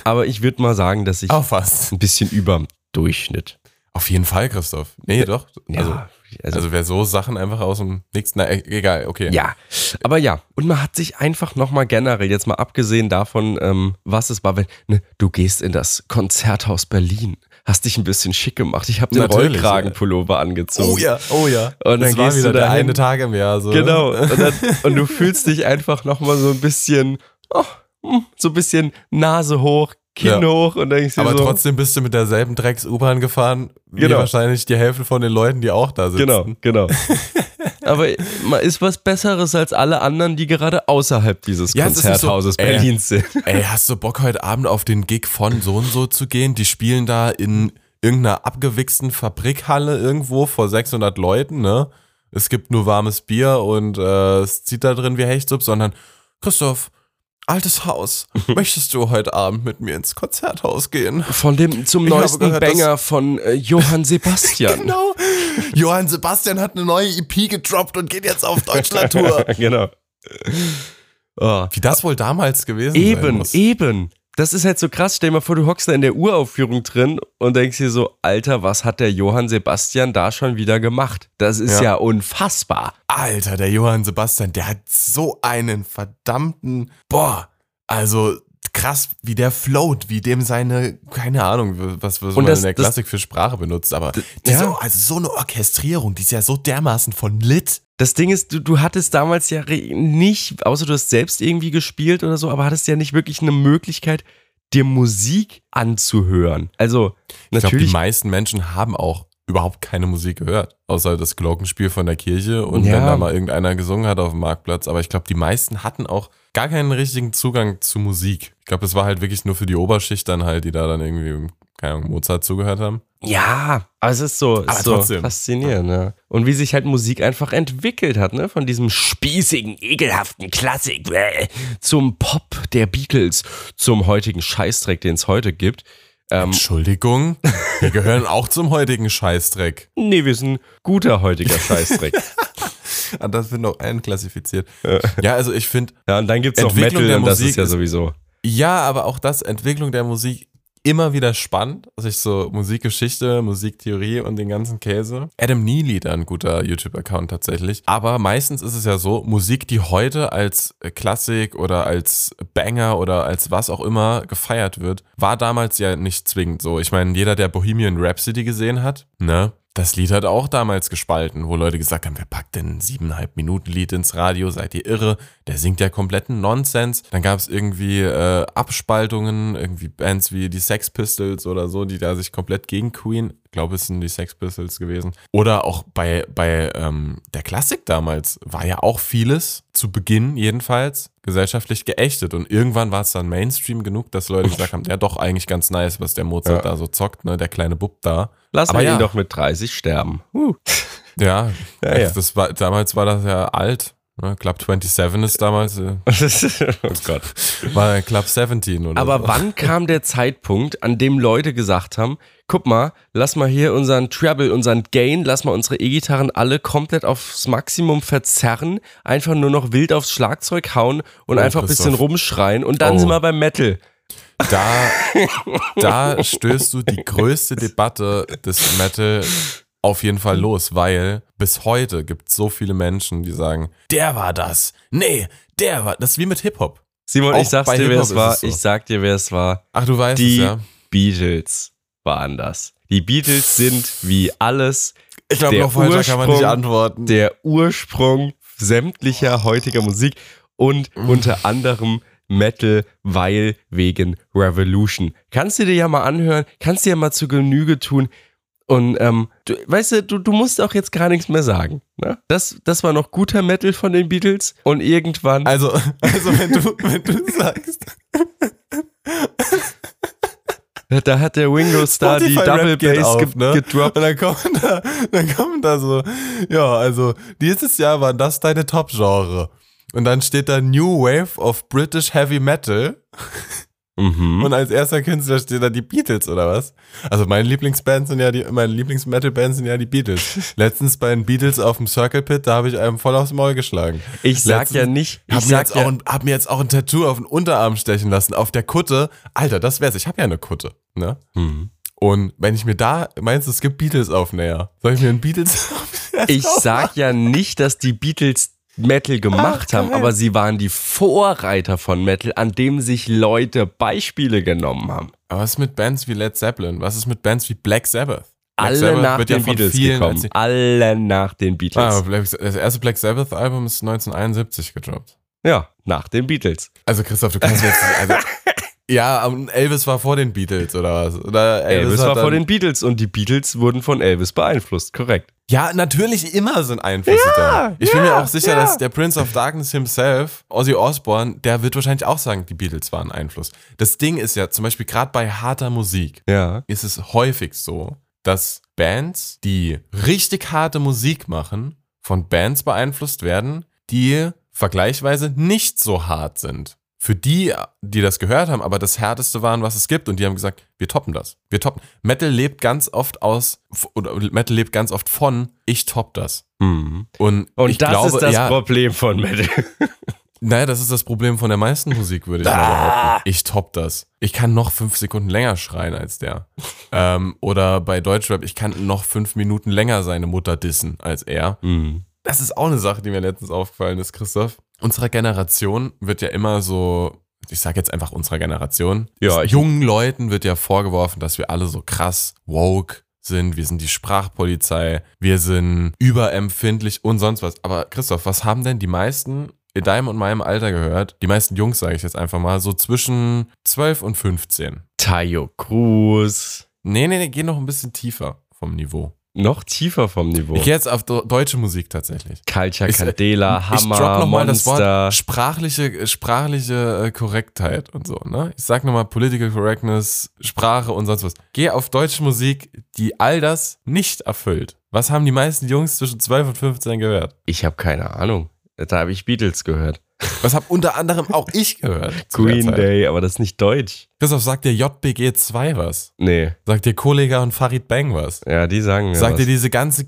S2: Aber ich würde mal sagen, dass ich
S1: Auch fast.
S2: ein bisschen überm Durchschnitt.
S1: Auf jeden Fall, Christoph. Nee, doch. Also,
S2: Ja,
S1: also, wer so Sachen einfach aus dem Nichts, na, e- egal, okay.
S2: Ja, aber ja. Und man hat sich einfach nochmal generell, jetzt mal abgesehen davon, ähm, was es war, wenn ne, du gehst in das Konzerthaus Berlin, hast dich ein bisschen schick gemacht. Ich habe einen
S1: Natürlich,
S2: Rollkragenpullover angezogen.
S1: Oh ja, oh ja.
S2: Und
S1: das
S2: dann
S1: war
S2: gehst
S1: wieder
S2: du
S1: der
S2: dahin.
S1: eine Tag im Jahr. So. ne?
S2: Genau. Und, dann, und du fühlst dich einfach nochmal so ein bisschen, oh, hm, so ein bisschen Nase hoch, Kinn
S1: Ja.
S2: hoch und denkst dir
S1: Aber
S2: so,
S1: trotzdem bist du mit derselben Drecks-U-Bahn gefahren, wie
S2: Genau.
S1: wahrscheinlich die Hälfte von den Leuten, die auch da sitzen.
S2: genau, genau. Aber man ist was Besseres als alle anderen, die gerade außerhalb dieses
S1: Ja, es ist nicht so-
S2: Konzerthauses
S1: Äh.
S2: Berlins sind.
S1: Ey, hast du Bock heute Abend auf den Gig von so und so zu gehen? Die spielen da in irgendeiner abgewichsten Fabrikhalle irgendwo vor 600 Leuten, ne? Es gibt nur warmes Bier und äh, es zieht da drin wie Hechtsup, sondern Christoph, altes Haus, möchtest du heute Abend mit mir ins Konzerthaus gehen?
S2: Von dem zum
S1: Ich habe
S2: neuesten
S1: gehört, dass-
S2: Banger von äh, Johann Sebastian.
S1: Genau. Johann Sebastian hat eine neue EP gedroppt und geht jetzt auf Deutschlandtour.
S2: genau. Oh.
S1: Wie das wohl damals gewesen sein
S2: Eben,
S1: muss.
S2: eben. Das ist halt so krass. Stell dir mal vor, du hockst da in der Uraufführung drin und denkst dir so, Alter, was hat der Johann Sebastian da schon wieder gemacht? Das ist ja,
S1: Ja.
S2: unfassbar.
S1: Alter, der Johann Sebastian, der hat so einen verdammten, boah, also krass, wie der float, wie dem seine, keine Ahnung, was, was
S2: Und
S1: man
S2: das-
S1: in der
S2: das-
S1: Klassik für Sprache benutzt, aber die
S2: ja.
S1: so, also so eine Orchestrierung, die ist ja so dermaßen von lit.
S2: Das Ding ist, du, du hattest damals ja re- nicht, außer du hast selbst irgendwie gespielt oder so, aber hattest ja nicht wirklich eine Möglichkeit, dir Musik anzuhören. Also
S1: Ich glaube, die
S2: natürlich
S1: meisten Menschen haben auch überhaupt keine Musik gehört, außer das Glockenspiel von der Kirche und
S2: Ja.
S1: wenn da mal irgendeiner gesungen hat auf dem Marktplatz. Aber ich glaube, die meisten hatten auch gar keinen richtigen Zugang zu Musik. Ich glaube, das war halt wirklich nur für die Oberschicht dann halt, die da dann irgendwie, keine Ahnung, Mozart zugehört haben.
S2: Ja, aber es ist so, es
S1: Aber
S2: ist so
S1: trotzdem.
S2: faszinierend. Ja. Und wie sich halt Musik einfach entwickelt hat, ne? Von diesem spießigen, ekelhaften Klassik bäh, zum Pop der Beatles, zum heutigen Scheißdreck, den es heute gibt. Ähm,
S1: Entschuldigung, wir gehören auch zum heutigen Scheißdreck.
S2: nee, wir sind guter heutiger Scheißdreck.
S1: Ah, Das wird noch einklassifiziert. Ja, also ich finde,
S2: ja, und dann gibt's noch
S1: Entwicklung
S2: Metal
S1: der
S2: und das
S1: Musik
S2: ist ja
S1: ist-
S2: sowieso.
S1: Ja, aber auch das, Entwicklung der Musik, immer wieder spannend. Also ich so Musikgeschichte, Musiktheorie und den ganzen Käse. Adam Neely, da ein guter YouTube-Account tatsächlich. Aber meistens ist es ja so, Musik, die heute als äh, Klassik oder als Banger oder als was auch immer gefeiert wird, war damals ja nicht zwingend so. Ich meine, jeder, der Bohemian Rhapsody gesehen hat, ne? Das Lied hat auch damals gespalten, wo Leute gesagt haben, wer packt denn ein siebeneinhalb Minuten Lied ins Radio, seid ihr irre, der singt ja kompletten Nonsens. Dann gab es irgendwie äh, Abspaltungen, irgendwie Bands wie die Sex Pistols oder so, die da sich komplett gegen Queen, ich glaube es sind die Sex Pistols gewesen. Oder auch bei, bei ähm, der Klassik damals war ja auch vieles, zu Beginn jedenfalls, gesellschaftlich geächtet. Und irgendwann war es dann Mainstream genug, dass Leute gesagt haben, ja doch, eigentlich ganz nice, was der Mozart
S2: Ja.
S1: da so zockt, ne, der kleine Bub da.
S2: Lass
S1: Aber
S2: mal
S1: ja.
S2: ihn doch mit 30 sterben. Huh.
S1: Ja,
S2: Ja, ja.
S1: Das war, damals war das ja alt. Ne? Club 27 ist damals, äh,
S2: oh Gott.
S1: war Club 17 oder
S2: Aber
S1: so.
S2: wann kam der Zeitpunkt, an dem Leute gesagt haben, guck mal, lass mal hier unseren Treble, unseren Gain, lass mal unsere E-Gitarren alle komplett aufs Maximum verzerren, einfach nur noch wild aufs Schlagzeug hauen und
S1: Oh,
S2: einfach ein bisschen
S1: Christoph.
S2: rumschreien und dann
S1: Oh.
S2: sind wir beim Metal.
S1: Da, da stößt du die größte Debatte des Metal auf jeden Fall los, weil bis heute gibt es so viele Menschen, die sagen, der war das. Nee, der war das. ist wie mit Hip-Hop.
S2: Simon,
S1: Auch
S2: ich sag's
S1: bei
S2: dir, wer
S1: Hip-Hop
S2: es
S1: ist
S2: war.
S1: es so.
S2: Ich sag dir, wer es war.
S1: Ach, du weißt
S2: Die
S1: es, ja.
S2: Beatles waren das. Die Beatles sind wie alles
S1: Ich glaube,
S2: der
S1: noch falscher kann man nicht
S2: Ursprung
S1: antworten.
S2: der Ursprung sämtlicher heutiger Musik und unter anderem Metal, weil wegen Revolution. Kannst du dir ja mal anhören, kannst dir ja mal zu Genüge tun. Und ähm, du, weißt du, du, du musst auch jetzt gar nichts mehr sagen. Ne? Das, das war noch guter Metal von den Beatles und irgendwann.
S1: Also, also wenn, du, wenn du sagst,
S2: Da hat der Ringo Starr die
S1: Spotify Rap
S2: Double
S1: geht
S2: Bass
S1: auf,
S2: ge-
S1: ne?
S2: gedroppt.
S1: Und dann kommen da, dann kommen da so, ja, also dieses Jahr waren das deine Top-Genre. Und dann steht da New Wave of British Heavy Metal.
S2: Mhm.
S1: Und als erster Künstler steht da die Beatles oder was? Also meine Lieblingsbands sind ja die, meine Lieblings-Metal-Bands sind ja die Beatles. Letztens bei den Beatles auf dem Circle Pit, da habe ich einem voll aufs Maul geschlagen.
S2: Ich sag
S1: Letztens-
S2: ja nicht,
S1: Ich
S2: ich
S1: hab mir,
S2: sag
S1: jetzt
S2: ja,
S1: auch ein, hab mir jetzt auch ein Tattoo auf den Unterarm stechen lassen, auf der Kutte. Alter, das wär's. Ich habe ja eine Kutte, ne?
S2: Mhm.
S1: Und wenn ich mir da, meinst du, es gibt Beatles-Aufnäher? Soll ich mir einen Beatles
S2: Ich sag ja nicht, dass die Beatles Metal gemacht haben, aber sie waren die Vorreiter von Metal, an dem sich Leute Beispiele genommen haben.
S1: Aber was ist mit Bands wie Led Zeppelin? Was ist mit Bands wie Black Sabbath? Black
S2: Alle
S1: Sabbath
S2: nach
S1: wird
S2: den
S1: ja von
S2: Beatles
S1: vielen
S2: gekommen.
S1: als-
S2: Alle nach den Beatles.
S1: Ah, Black, das erste Black Sabbath-Album ist 1971 gedroppt.
S2: Ja, nach den Beatles.
S1: Also Christoph, du kannst mir jetzt... Also, ja, aber Elvis war vor den Beatles oder was? Oder
S2: Elvis,
S1: hat
S2: war vor
S1: dann-
S2: den Beatles und die Beatles wurden von Elvis beeinflusst, korrekt.
S1: Ja, natürlich immer sind Einflüsse da. Ich bin mir auch sicher, dass der Prince of Darkness himself, Ozzy Osbourne, der wird wahrscheinlich auch sagen, die Beatles waren ein Einfluss. Das Ding ist ja, zum Beispiel gerade bei harter Musik
S2: Ja.
S1: ist es häufig so, dass Bands, die richtig harte Musik machen, von Bands beeinflusst werden, die vergleichsweise nicht so hart sind. Für die, die das gehört haben, aber das härteste waren, was es gibt, und die haben gesagt, wir toppen das. Wir toppen. Metal lebt ganz oft aus, oder Metal lebt ganz oft von, ich top das.
S2: Mhm.
S1: Und,
S2: Und
S1: ich
S2: das
S1: glaube,
S2: ist das
S1: ja,
S2: Problem von Metal.
S1: Naja, das ist das Problem von der meisten Musik, würde ich mal behaupten. Ich top das. Ich kann noch fünf Sekunden länger schreien als der. ähm, oder bei Deutschrap, ich kann noch fünf Minuten länger seine Mutter dissen als er.
S2: Mhm.
S1: Das ist auch eine Sache, die mir letztens aufgefallen ist, Christoph. Unserer Generation wird ja immer so, ich sage jetzt einfach unserer Generation,
S2: Ja, ich-
S1: jungen Leuten wird ja vorgeworfen, dass wir alle so krass woke sind, wir sind die Sprachpolizei, wir sind überempfindlich und sonst was. Aber Christoph, was haben denn die meisten in deinem und meinem Alter gehört, die meisten Jungs sage ich jetzt einfach mal, so zwischen 12 und 15.
S2: Tayo Cruz.
S1: Nee, nee, nee, geh noch ein bisschen tiefer vom Niveau.
S2: Noch tiefer vom Niveau.
S1: Ich gehe jetzt auf do- deutsche Musik tatsächlich.
S2: Culture
S1: Ich-
S2: Candela, Hammer,
S1: ich drop nochmal das
S2: Monster.
S1: Wort sprachliche, sprachliche äh, Korrektheit und so, ne? Ich sag nochmal Political Correctness, Sprache und sonst was. Geh auf deutsche Musik, die all das nicht erfüllt. Was haben die meisten Jungs zwischen 12 und 15 gehört?
S2: Ich habe keine Ahnung. Da habe ich Beatles gehört.
S1: Was habe unter anderem auch ich gehört? zu der
S2: Green
S1: Zeit.
S2: Day, aber das ist nicht deutsch.
S1: Christoph, sagt dir JBG 2 was?
S2: Nee,
S1: Sagt dir Kollega und Farid Bang was?
S2: ja, die sagen mir
S1: Sagt
S2: was.
S1: dir diese ganze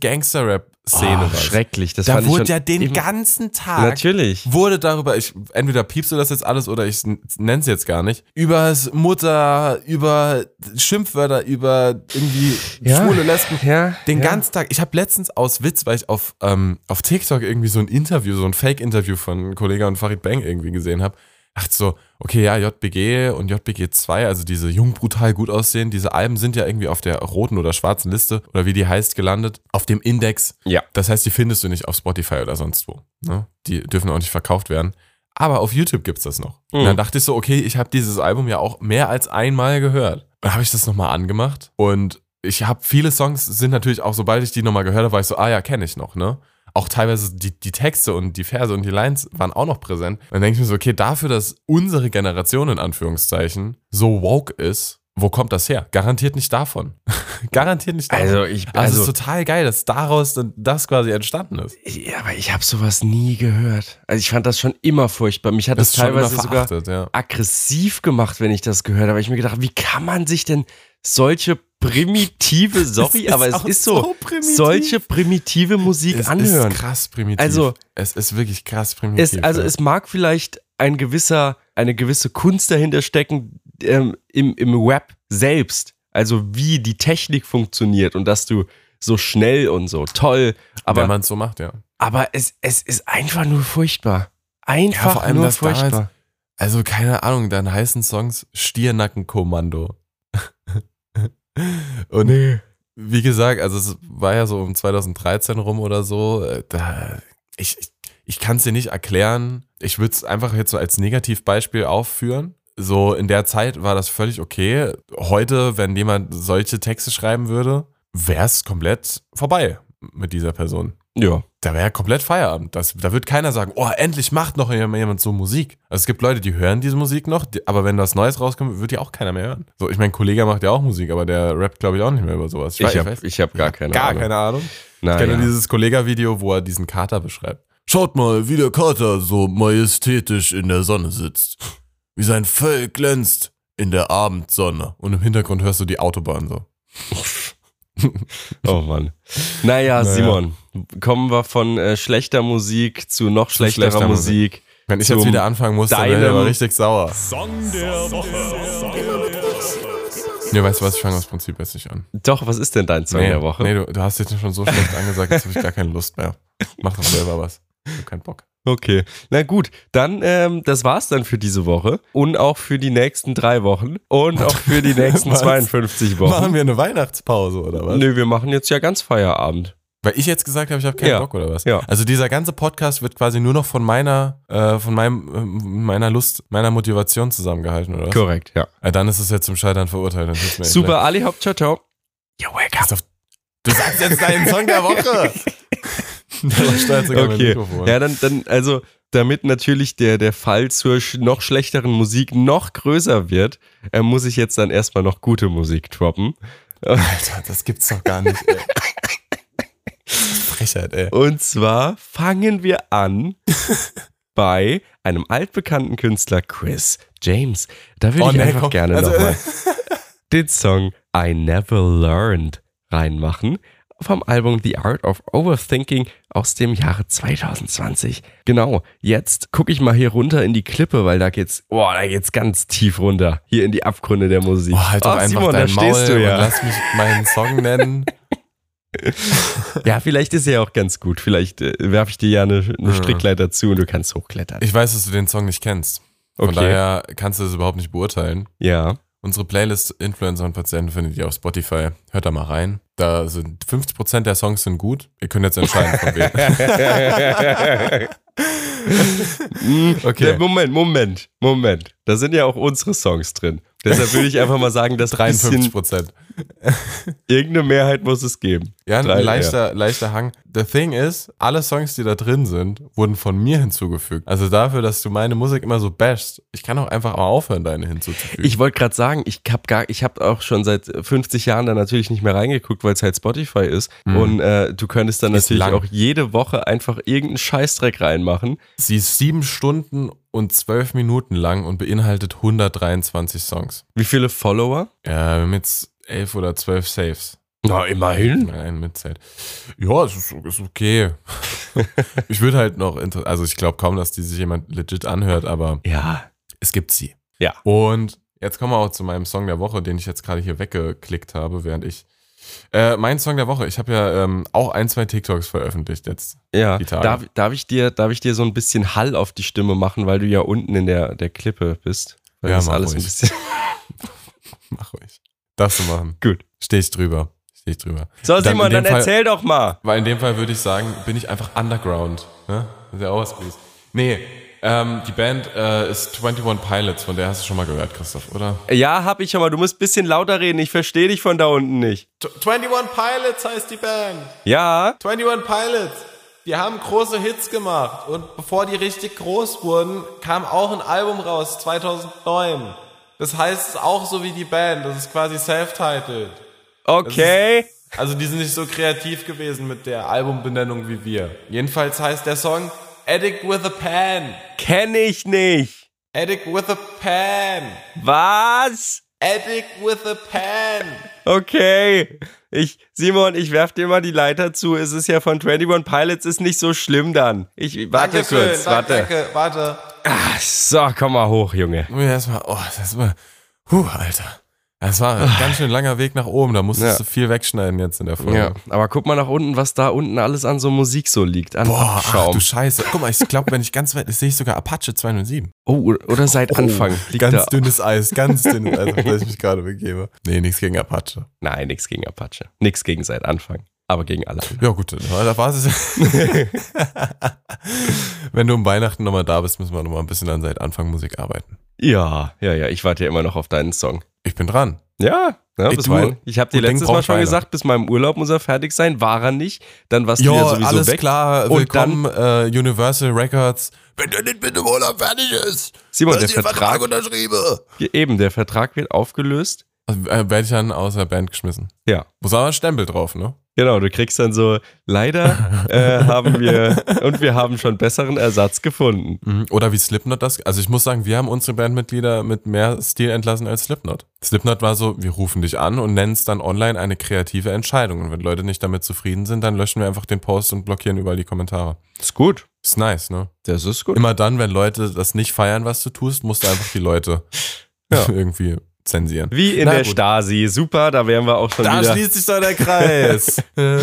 S1: Gangster-Rap-Szene
S2: oh,
S1: was?
S2: Schrecklich, das
S1: Da
S2: fand
S1: wurde
S2: ich schon
S1: ja den
S2: eben-
S1: ganzen Tag
S2: Natürlich.
S1: wurde darüber, ich, entweder piepst du das jetzt alles oder ich nenn's jetzt gar nicht, übers Mutter, über Schimpfwörter, über irgendwie
S2: Ja.
S1: schwule Lesben.
S2: Ja,
S1: Den
S2: ja.
S1: ganzen Tag, ich habe letztens aus Witz, weil ich auf, ähm, auf TikTok irgendwie so ein Interview, so ein Fake-Interview von Kollega und Farid Bang irgendwie gesehen habe, dachte so, okay, ja, JBG und JBG 2, also diese jung, brutal, gut aussehen, diese Alben sind ja irgendwie auf der roten oder schwarzen Liste oder wie die heißt gelandet, auf dem Index
S2: Ja.
S1: das heißt, die findest du nicht auf Spotify oder sonst wo. Ne? Die dürfen auch nicht verkauft werden. Aber auf YouTube gibt's das noch. Und
S2: Mhm.
S1: dann dachte ich so, okay, ich habe dieses Album ja auch mehr als einmal gehört. Dann habe ich das nochmal angemacht und ich habe viele Songs sind natürlich auch, sobald ich die nochmal gehört habe, war ich so, ah ja, kenne ich noch, ne? Auch teilweise die, die Texte und die Verse und die Lines waren auch noch präsent. Dann denke ich mir so, okay, dafür, dass unsere Generation in Anführungszeichen so woke ist, wo kommt das her? Garantiert nicht davon. Garantiert nicht davon.
S2: Also ich,
S1: Also, es
S2: also,
S1: ist total geil, dass daraus dann das quasi entstanden ist.
S2: ja, aber ich habe sowas nie gehört. Also ich fand das schon immer furchtbar. Mich hat das,
S1: ist schon
S2: teilweise
S1: immer
S2: sogar
S1: verachtet, ja.
S2: aggressiv gemacht, wenn ich das gehört habe. Ich mir gedacht, wie kann man sich denn solche primitive, sorry, aber es
S1: auch
S2: ist so,
S1: primitiv.
S2: solche primitive Musik
S1: es
S2: anhören.
S1: ist krass primitiv.
S2: Also-
S1: es ist wirklich krass primitiv.
S2: Es, also
S1: ja.
S2: es mag vielleicht ein gewisser, eine gewisse Kunst dahinter stecken ähm, im, im Web selbst. Also wie die Technik funktioniert und dass du so schnell und so toll,
S1: wenn
S2: aber,
S1: man es so macht, ja.
S2: aber es, es ist einfach nur furchtbar. Einfach
S1: Ja, vor allem,
S2: nur
S1: dass damals-
S2: furchtbar.
S1: Also keine Ahnung, dann heißen Songs Stiernackenkommando. Und wie gesagt, also es war ja so um 2013 rum oder so. äh, Da, ich ich, ich kann es dir nicht erklären. Ich würde es einfach jetzt so als Negativbeispiel aufführen. So in der Zeit war das völlig okay. Heute, wenn jemand solche Texte schreiben würde, wäre es komplett vorbei mit dieser Person.
S2: Ja.
S1: Da wäre komplett Feierabend. Das, da wird keiner sagen, oh, endlich macht noch jemand so Musik. Also es gibt Leute, die hören diese Musik noch, die, aber wenn was Neues rauskommt, wird die auch keiner mehr hören. So, ich mein Kollege macht ja auch Musik, aber der rappt, glaube ich, auch nicht mehr über sowas.
S2: Ich,
S1: weiß-
S2: hab,
S1: weiß-
S2: ich habe gar keine
S1: gar
S2: Ahnung. Ah,
S1: keine Ahnung. Ich
S2: Naja.
S1: kenne nur dieses Kollega-Video, wo er diesen Kater beschreibt. Schaut mal, wie der Kater so majestätisch in der Sonne sitzt. Wie sein Fell glänzt in der Abendsonne. Und im Hintergrund hörst du die Autobahn so.
S2: Oh Mann. Naja,
S1: Naja.
S2: Simon, kommen wir von äh, schlechter Musik zu noch schlechterer
S1: schlechter Musik.
S2: Musik.
S1: Wenn ich
S2: Zum
S1: jetzt wieder anfangen muss, dann wäre ich
S2: deinem-
S1: aber richtig sauer. Song der Woche. Nee, weißt du was, ich fange aus Prinzip jetzt nicht an.
S2: Doch, was ist denn dein Song
S1: nee,
S2: der Woche?
S1: Nee, du, du hast jetzt schon so schlecht angesagt, jetzt habe ich gar keine Lust mehr. Mach doch selber was. Ich hab keinen Bock.
S2: Okay, na gut, dann ähm, das war's dann für diese Woche und auch für die nächsten drei Wochen und auch für die nächsten
S1: Was?
S2: 52
S1: Machen
S2: Wochen.
S1: wir eine Weihnachtspause oder was?
S2: Nö, wir machen jetzt ja ganz Feierabend.
S1: Weil ich jetzt gesagt habe, ich habe keinen
S2: Ja.
S1: Bock oder was?
S2: Ja.
S1: Also dieser ganze Podcast wird quasi nur noch von meiner, äh, von meinem, ähm, meiner Lust, meiner Motivation zusammengehalten oder was?
S2: Korrekt, ja.
S1: Äh, dann ist es ja zum Scheitern verurteilt. dann tut's mir echt leid.
S2: Super, Ali Hop, ciao, ciao. You're welcome.
S1: Christoph, Du sagst jetzt deinen Song der Woche. Der war stolz sogar mein
S2: Okay,
S1: Mikrofon.
S2: ja, dann, dann, also, damit natürlich der, der Fall zur sch noch schlechteren Musik noch größer wird, äh, muss ich jetzt dann erstmal noch gute Musik droppen.
S1: Alter, das gibt's doch gar nicht. Ey. Frechheit, ey.
S2: Und zwar fangen wir an bei einem altbekannten Künstler Chris James. Da würde
S1: Oh,
S2: ich
S1: nee,
S2: einfach
S1: komm.
S2: gerne
S1: Also,
S2: nochmal den Song I Never Learned reinmachen vom Album The Art of Overthinking aus dem Jahre 2020. Genau, jetzt gucke ich mal hier runter in die Klippe, weil da geht's, boah, da geht's ganz tief runter, hier in die Abgründe der Musik.
S1: Boah, halt doch
S2: Oh,
S1: einfach
S2: Simon,
S1: dein
S2: da
S1: Maul
S2: stehst du ja.
S1: und lass mich meinen Song nennen.
S2: Ja, vielleicht ist er ja auch ganz gut. Vielleicht äh, werfe ich dir ja eine,
S1: Hm.
S2: eine Strickleiter zu und du kannst hochklettern.
S1: Ich weiß, dass du den Song nicht kennst. Von
S2: Okay.
S1: daher kannst du das überhaupt nicht beurteilen.
S2: Ja.
S1: Unsere Playlist Influencer und Patienten findet ihr auf Spotify. Hört da mal rein. Da sind 50% der Songs sind gut. Ihr könnt jetzt entscheiden, von wem.
S2: Ja, Moment, Moment, Moment. Da sind ja auch unsere Songs drin. Deshalb würde ich einfach mal sagen, dass 53
S1: 53%.
S2: irgendeine Mehrheit muss es geben.
S1: Ja, ein
S2: Drei, ja.
S1: leichter, leichter Hang. The thing is, alle Songs, die da drin sind, wurden von mir hinzugefügt. Also dafür, dass du meine Musik immer so bashst, ich kann auch einfach mal aufhören, deine hinzuzufügen.
S2: Ich wollte gerade sagen, ich habe gar, ich habe auch schon seit 50 Jahren da natürlich nicht mehr reingeguckt, weil es halt Spotify ist. Und äh, du könntest dann
S1: Mhm. Ist
S2: natürlich
S1: lang.
S2: auch jede Woche einfach irgendeinen Scheißdreck reinmachen.
S1: Sie ist sieben Stunden und zwölf Minuten lang und beinhaltet 123 Songs.
S2: Wie viele Follower?
S1: Ja, wir haben jetzt elf oder zwölf Saves.
S2: Na, immerhin.
S1: Mal einen mitzählt. Ja, es ist, ist okay. ich würde halt noch, inter- also ich glaube kaum, dass die sich jemand legit anhört, aber
S2: Ja.
S1: es gibt sie.
S2: Ja.
S1: Und jetzt kommen wir auch zu meinem Song der Woche, den ich jetzt gerade hier weggeklickt habe, während ich. Äh, mein Song der Woche. Ich habe ja ähm, auch ein, zwei TikToks veröffentlicht jetzt.
S2: Ja.
S1: Die Tage.
S2: Darf, darf, ich dir, darf ich dir so ein bisschen Hall auf die Stimme machen, weil du ja unten in der, der Klippe bist? Weil
S1: Ja,
S2: das
S1: mach
S2: alles ein
S1: ruhig.
S2: bisschen.
S1: Mach ruhig. Darfst du machen.
S2: Gut.
S1: Steh ich drüber. Steh ich drüber.
S2: So,
S1: Dann
S2: Simon,
S1: in dem
S2: dann
S1: Fall-
S2: erzähl doch mal.
S1: Weil in dem Fall würde ich sagen, bin ich einfach underground. Ne? Das ist ja auch was Gutes. Nee, ähm, die Band äh, ist 21 Pilots, von der hast du schon mal gehört, Christoph, oder?
S2: Ja, hab ich schon mal. Du musst ein bisschen lauter reden. Ich verstehe dich von da unten nicht.
S1: 21 Pilots heißt die Band.
S2: Ja.
S1: 21 Pilots. Die haben große Hits gemacht. Und bevor die richtig groß wurden, kam auch ein Album raus, 2009. Das heißt, es ist auch so wie die Band. Das ist quasi self-titled.
S2: Okay.
S1: Also die sind nicht so kreativ gewesen mit der Albumbenennung wie wir. Jedenfalls heißt der Song Addict with a Pen.
S2: Kenn ich nicht.
S1: Addict with a Pen.
S2: Was?
S1: Addict with a Pen.
S2: Okay. Ich, Simon, ich werf dir mal die Leiter zu. Es ist ja von 21 Pilots, ist nicht so schlimm dann. Ich warte
S1: Dankeschön,
S2: kurz,
S1: danke,
S2: warte.
S1: Danke, warte.
S2: Ach, so, komm mal hoch, Junge.
S1: Mir erstmal, oh, das war, puh, Alter. Das war ein ganz schön langer Weg nach oben. Da musstest
S2: Ah. Ja.
S1: du viel wegschneiden jetzt in der Folge.
S2: Ja, aber guck mal nach unten, was da unten alles an so Musik so liegt. An
S1: Boah, ach
S2: Abschaum.
S1: du Scheiße. Guck mal, ich glaube, wenn ich ganz weit, das sehe ich sogar Apache 207.
S2: oh, oder oder seit Anfang liegt
S1: ganz
S2: da.
S1: dünnes Eis, ganz dünnes Eis, auf das ich mich gerade begebe. Nee, nichts gegen Apache.
S2: Nein, nichts gegen Apache. Nichts gegen seit Anfang. Aber gegen alle. anderen.
S1: Ja, gut, dann war- da war es. Wenn du um Weihnachten nochmal da bist, müssen wir nochmal ein bisschen an seit Anfang Musik arbeiten.
S2: Ja, ja, ja. Ich warte ja immer noch auf deinen Song.
S1: Ich bin dran.
S2: Ja, ja
S1: Ey,
S2: bis
S1: du-
S2: wann? Ich habe dir
S1: gut, den
S2: letztes
S1: braucht
S2: Mal schon
S1: keiner.
S2: gesagt, bis meinem Urlaub muss er fertig sein. War er nicht. Dann warst du
S1: Jo,
S2: ja sowieso
S1: alles
S2: weg.
S1: klar.
S2: Und
S1: Willkommen äh, Universal Records. Wenn der nicht mit dem Urlaub fertig ist,
S2: Simon,
S1: hast
S2: der
S1: du den
S2: Vertrag,
S1: unterschrieben.
S2: eben, der Vertrag wird aufgelöst.
S1: Also, äh, werde ich dann aus der Band geschmissen.
S2: Ja.
S1: Muss aber ein Stempel drauf, ne?
S2: Genau, du kriegst dann so, leider äh, haben wir, und wir haben schon besseren Ersatz gefunden.
S1: Oder wie Slipknot das. Also ich muss sagen, wir haben unsere Bandmitglieder mit mehr Stil entlassen als Slipknot. Slipknot war so, wir rufen dich an und nennen es dann online eine kreative Entscheidung. Und wenn Leute nicht damit zufrieden sind, dann löschen wir einfach den Post und blockieren überall die Kommentare.
S2: Ist gut.
S1: Ist nice, ne?
S2: Das ist gut.
S1: Immer dann, wenn Leute das nicht feiern, was du tust, musst du einfach die Leute
S2: Ja.
S1: irgendwie zensieren.
S2: Wie in
S1: Na
S2: der
S1: gut.
S2: Stasi. Super, da wären wir auch schon
S1: Da
S2: wieder.
S1: schließt sich doch der Kreis. so,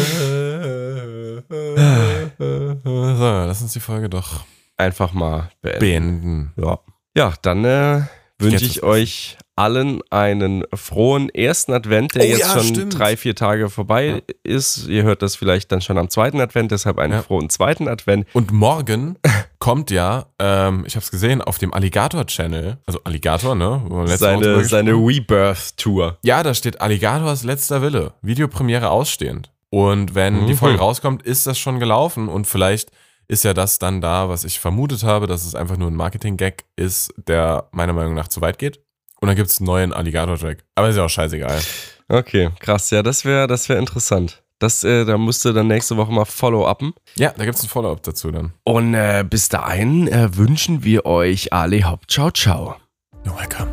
S1: lass uns die Folge doch
S2: Einfach mal beenden.
S1: beenden.
S2: Ja. Ja, dann äh,
S1: Jetzt
S2: wünsche
S1: ist es.
S2: ich euch allen einen frohen ersten Advent, der
S1: Oh
S2: jetzt
S1: ja,
S2: schon
S1: stimmt.
S2: drei, vier Tage vorbei ist. Ihr hört das vielleicht dann schon am zweiten Advent, deshalb einen
S1: Ja.
S2: frohen zweiten Advent.
S1: Und morgen kommt ja, ähm, ich habe es gesehen, auf dem Alligator-Channel, also Alligator, ne? wo wir letztes Mal drüber
S2: Seine,
S1: gesprochen
S2: seine
S1: haben.
S2: Rebirth-Tour.
S1: ja, da steht Alligators letzter Wille, Videopremiere ausstehend. Und wenn die
S2: Mhm.
S1: Folge rauskommt, ist das schon gelaufen und vielleicht ist ja das dann da, was ich vermutet habe, dass es einfach nur ein Marketing-Gag ist, der meiner Meinung nach zu weit geht. Und dann gibt's einen neuen Alligator-Track. Aber ist ja auch scheißegal.
S2: Okay, krass. Ja, das wäre das wär interessant. Das, äh, da musst du dann nächste Woche mal follow-upen.
S1: Ja, da gibt's ein Follow-up dazu dann.
S2: Und äh, bis dahin äh, wünschen wir euch alle Haupt. Ciao, ciao.
S1: You're welcome.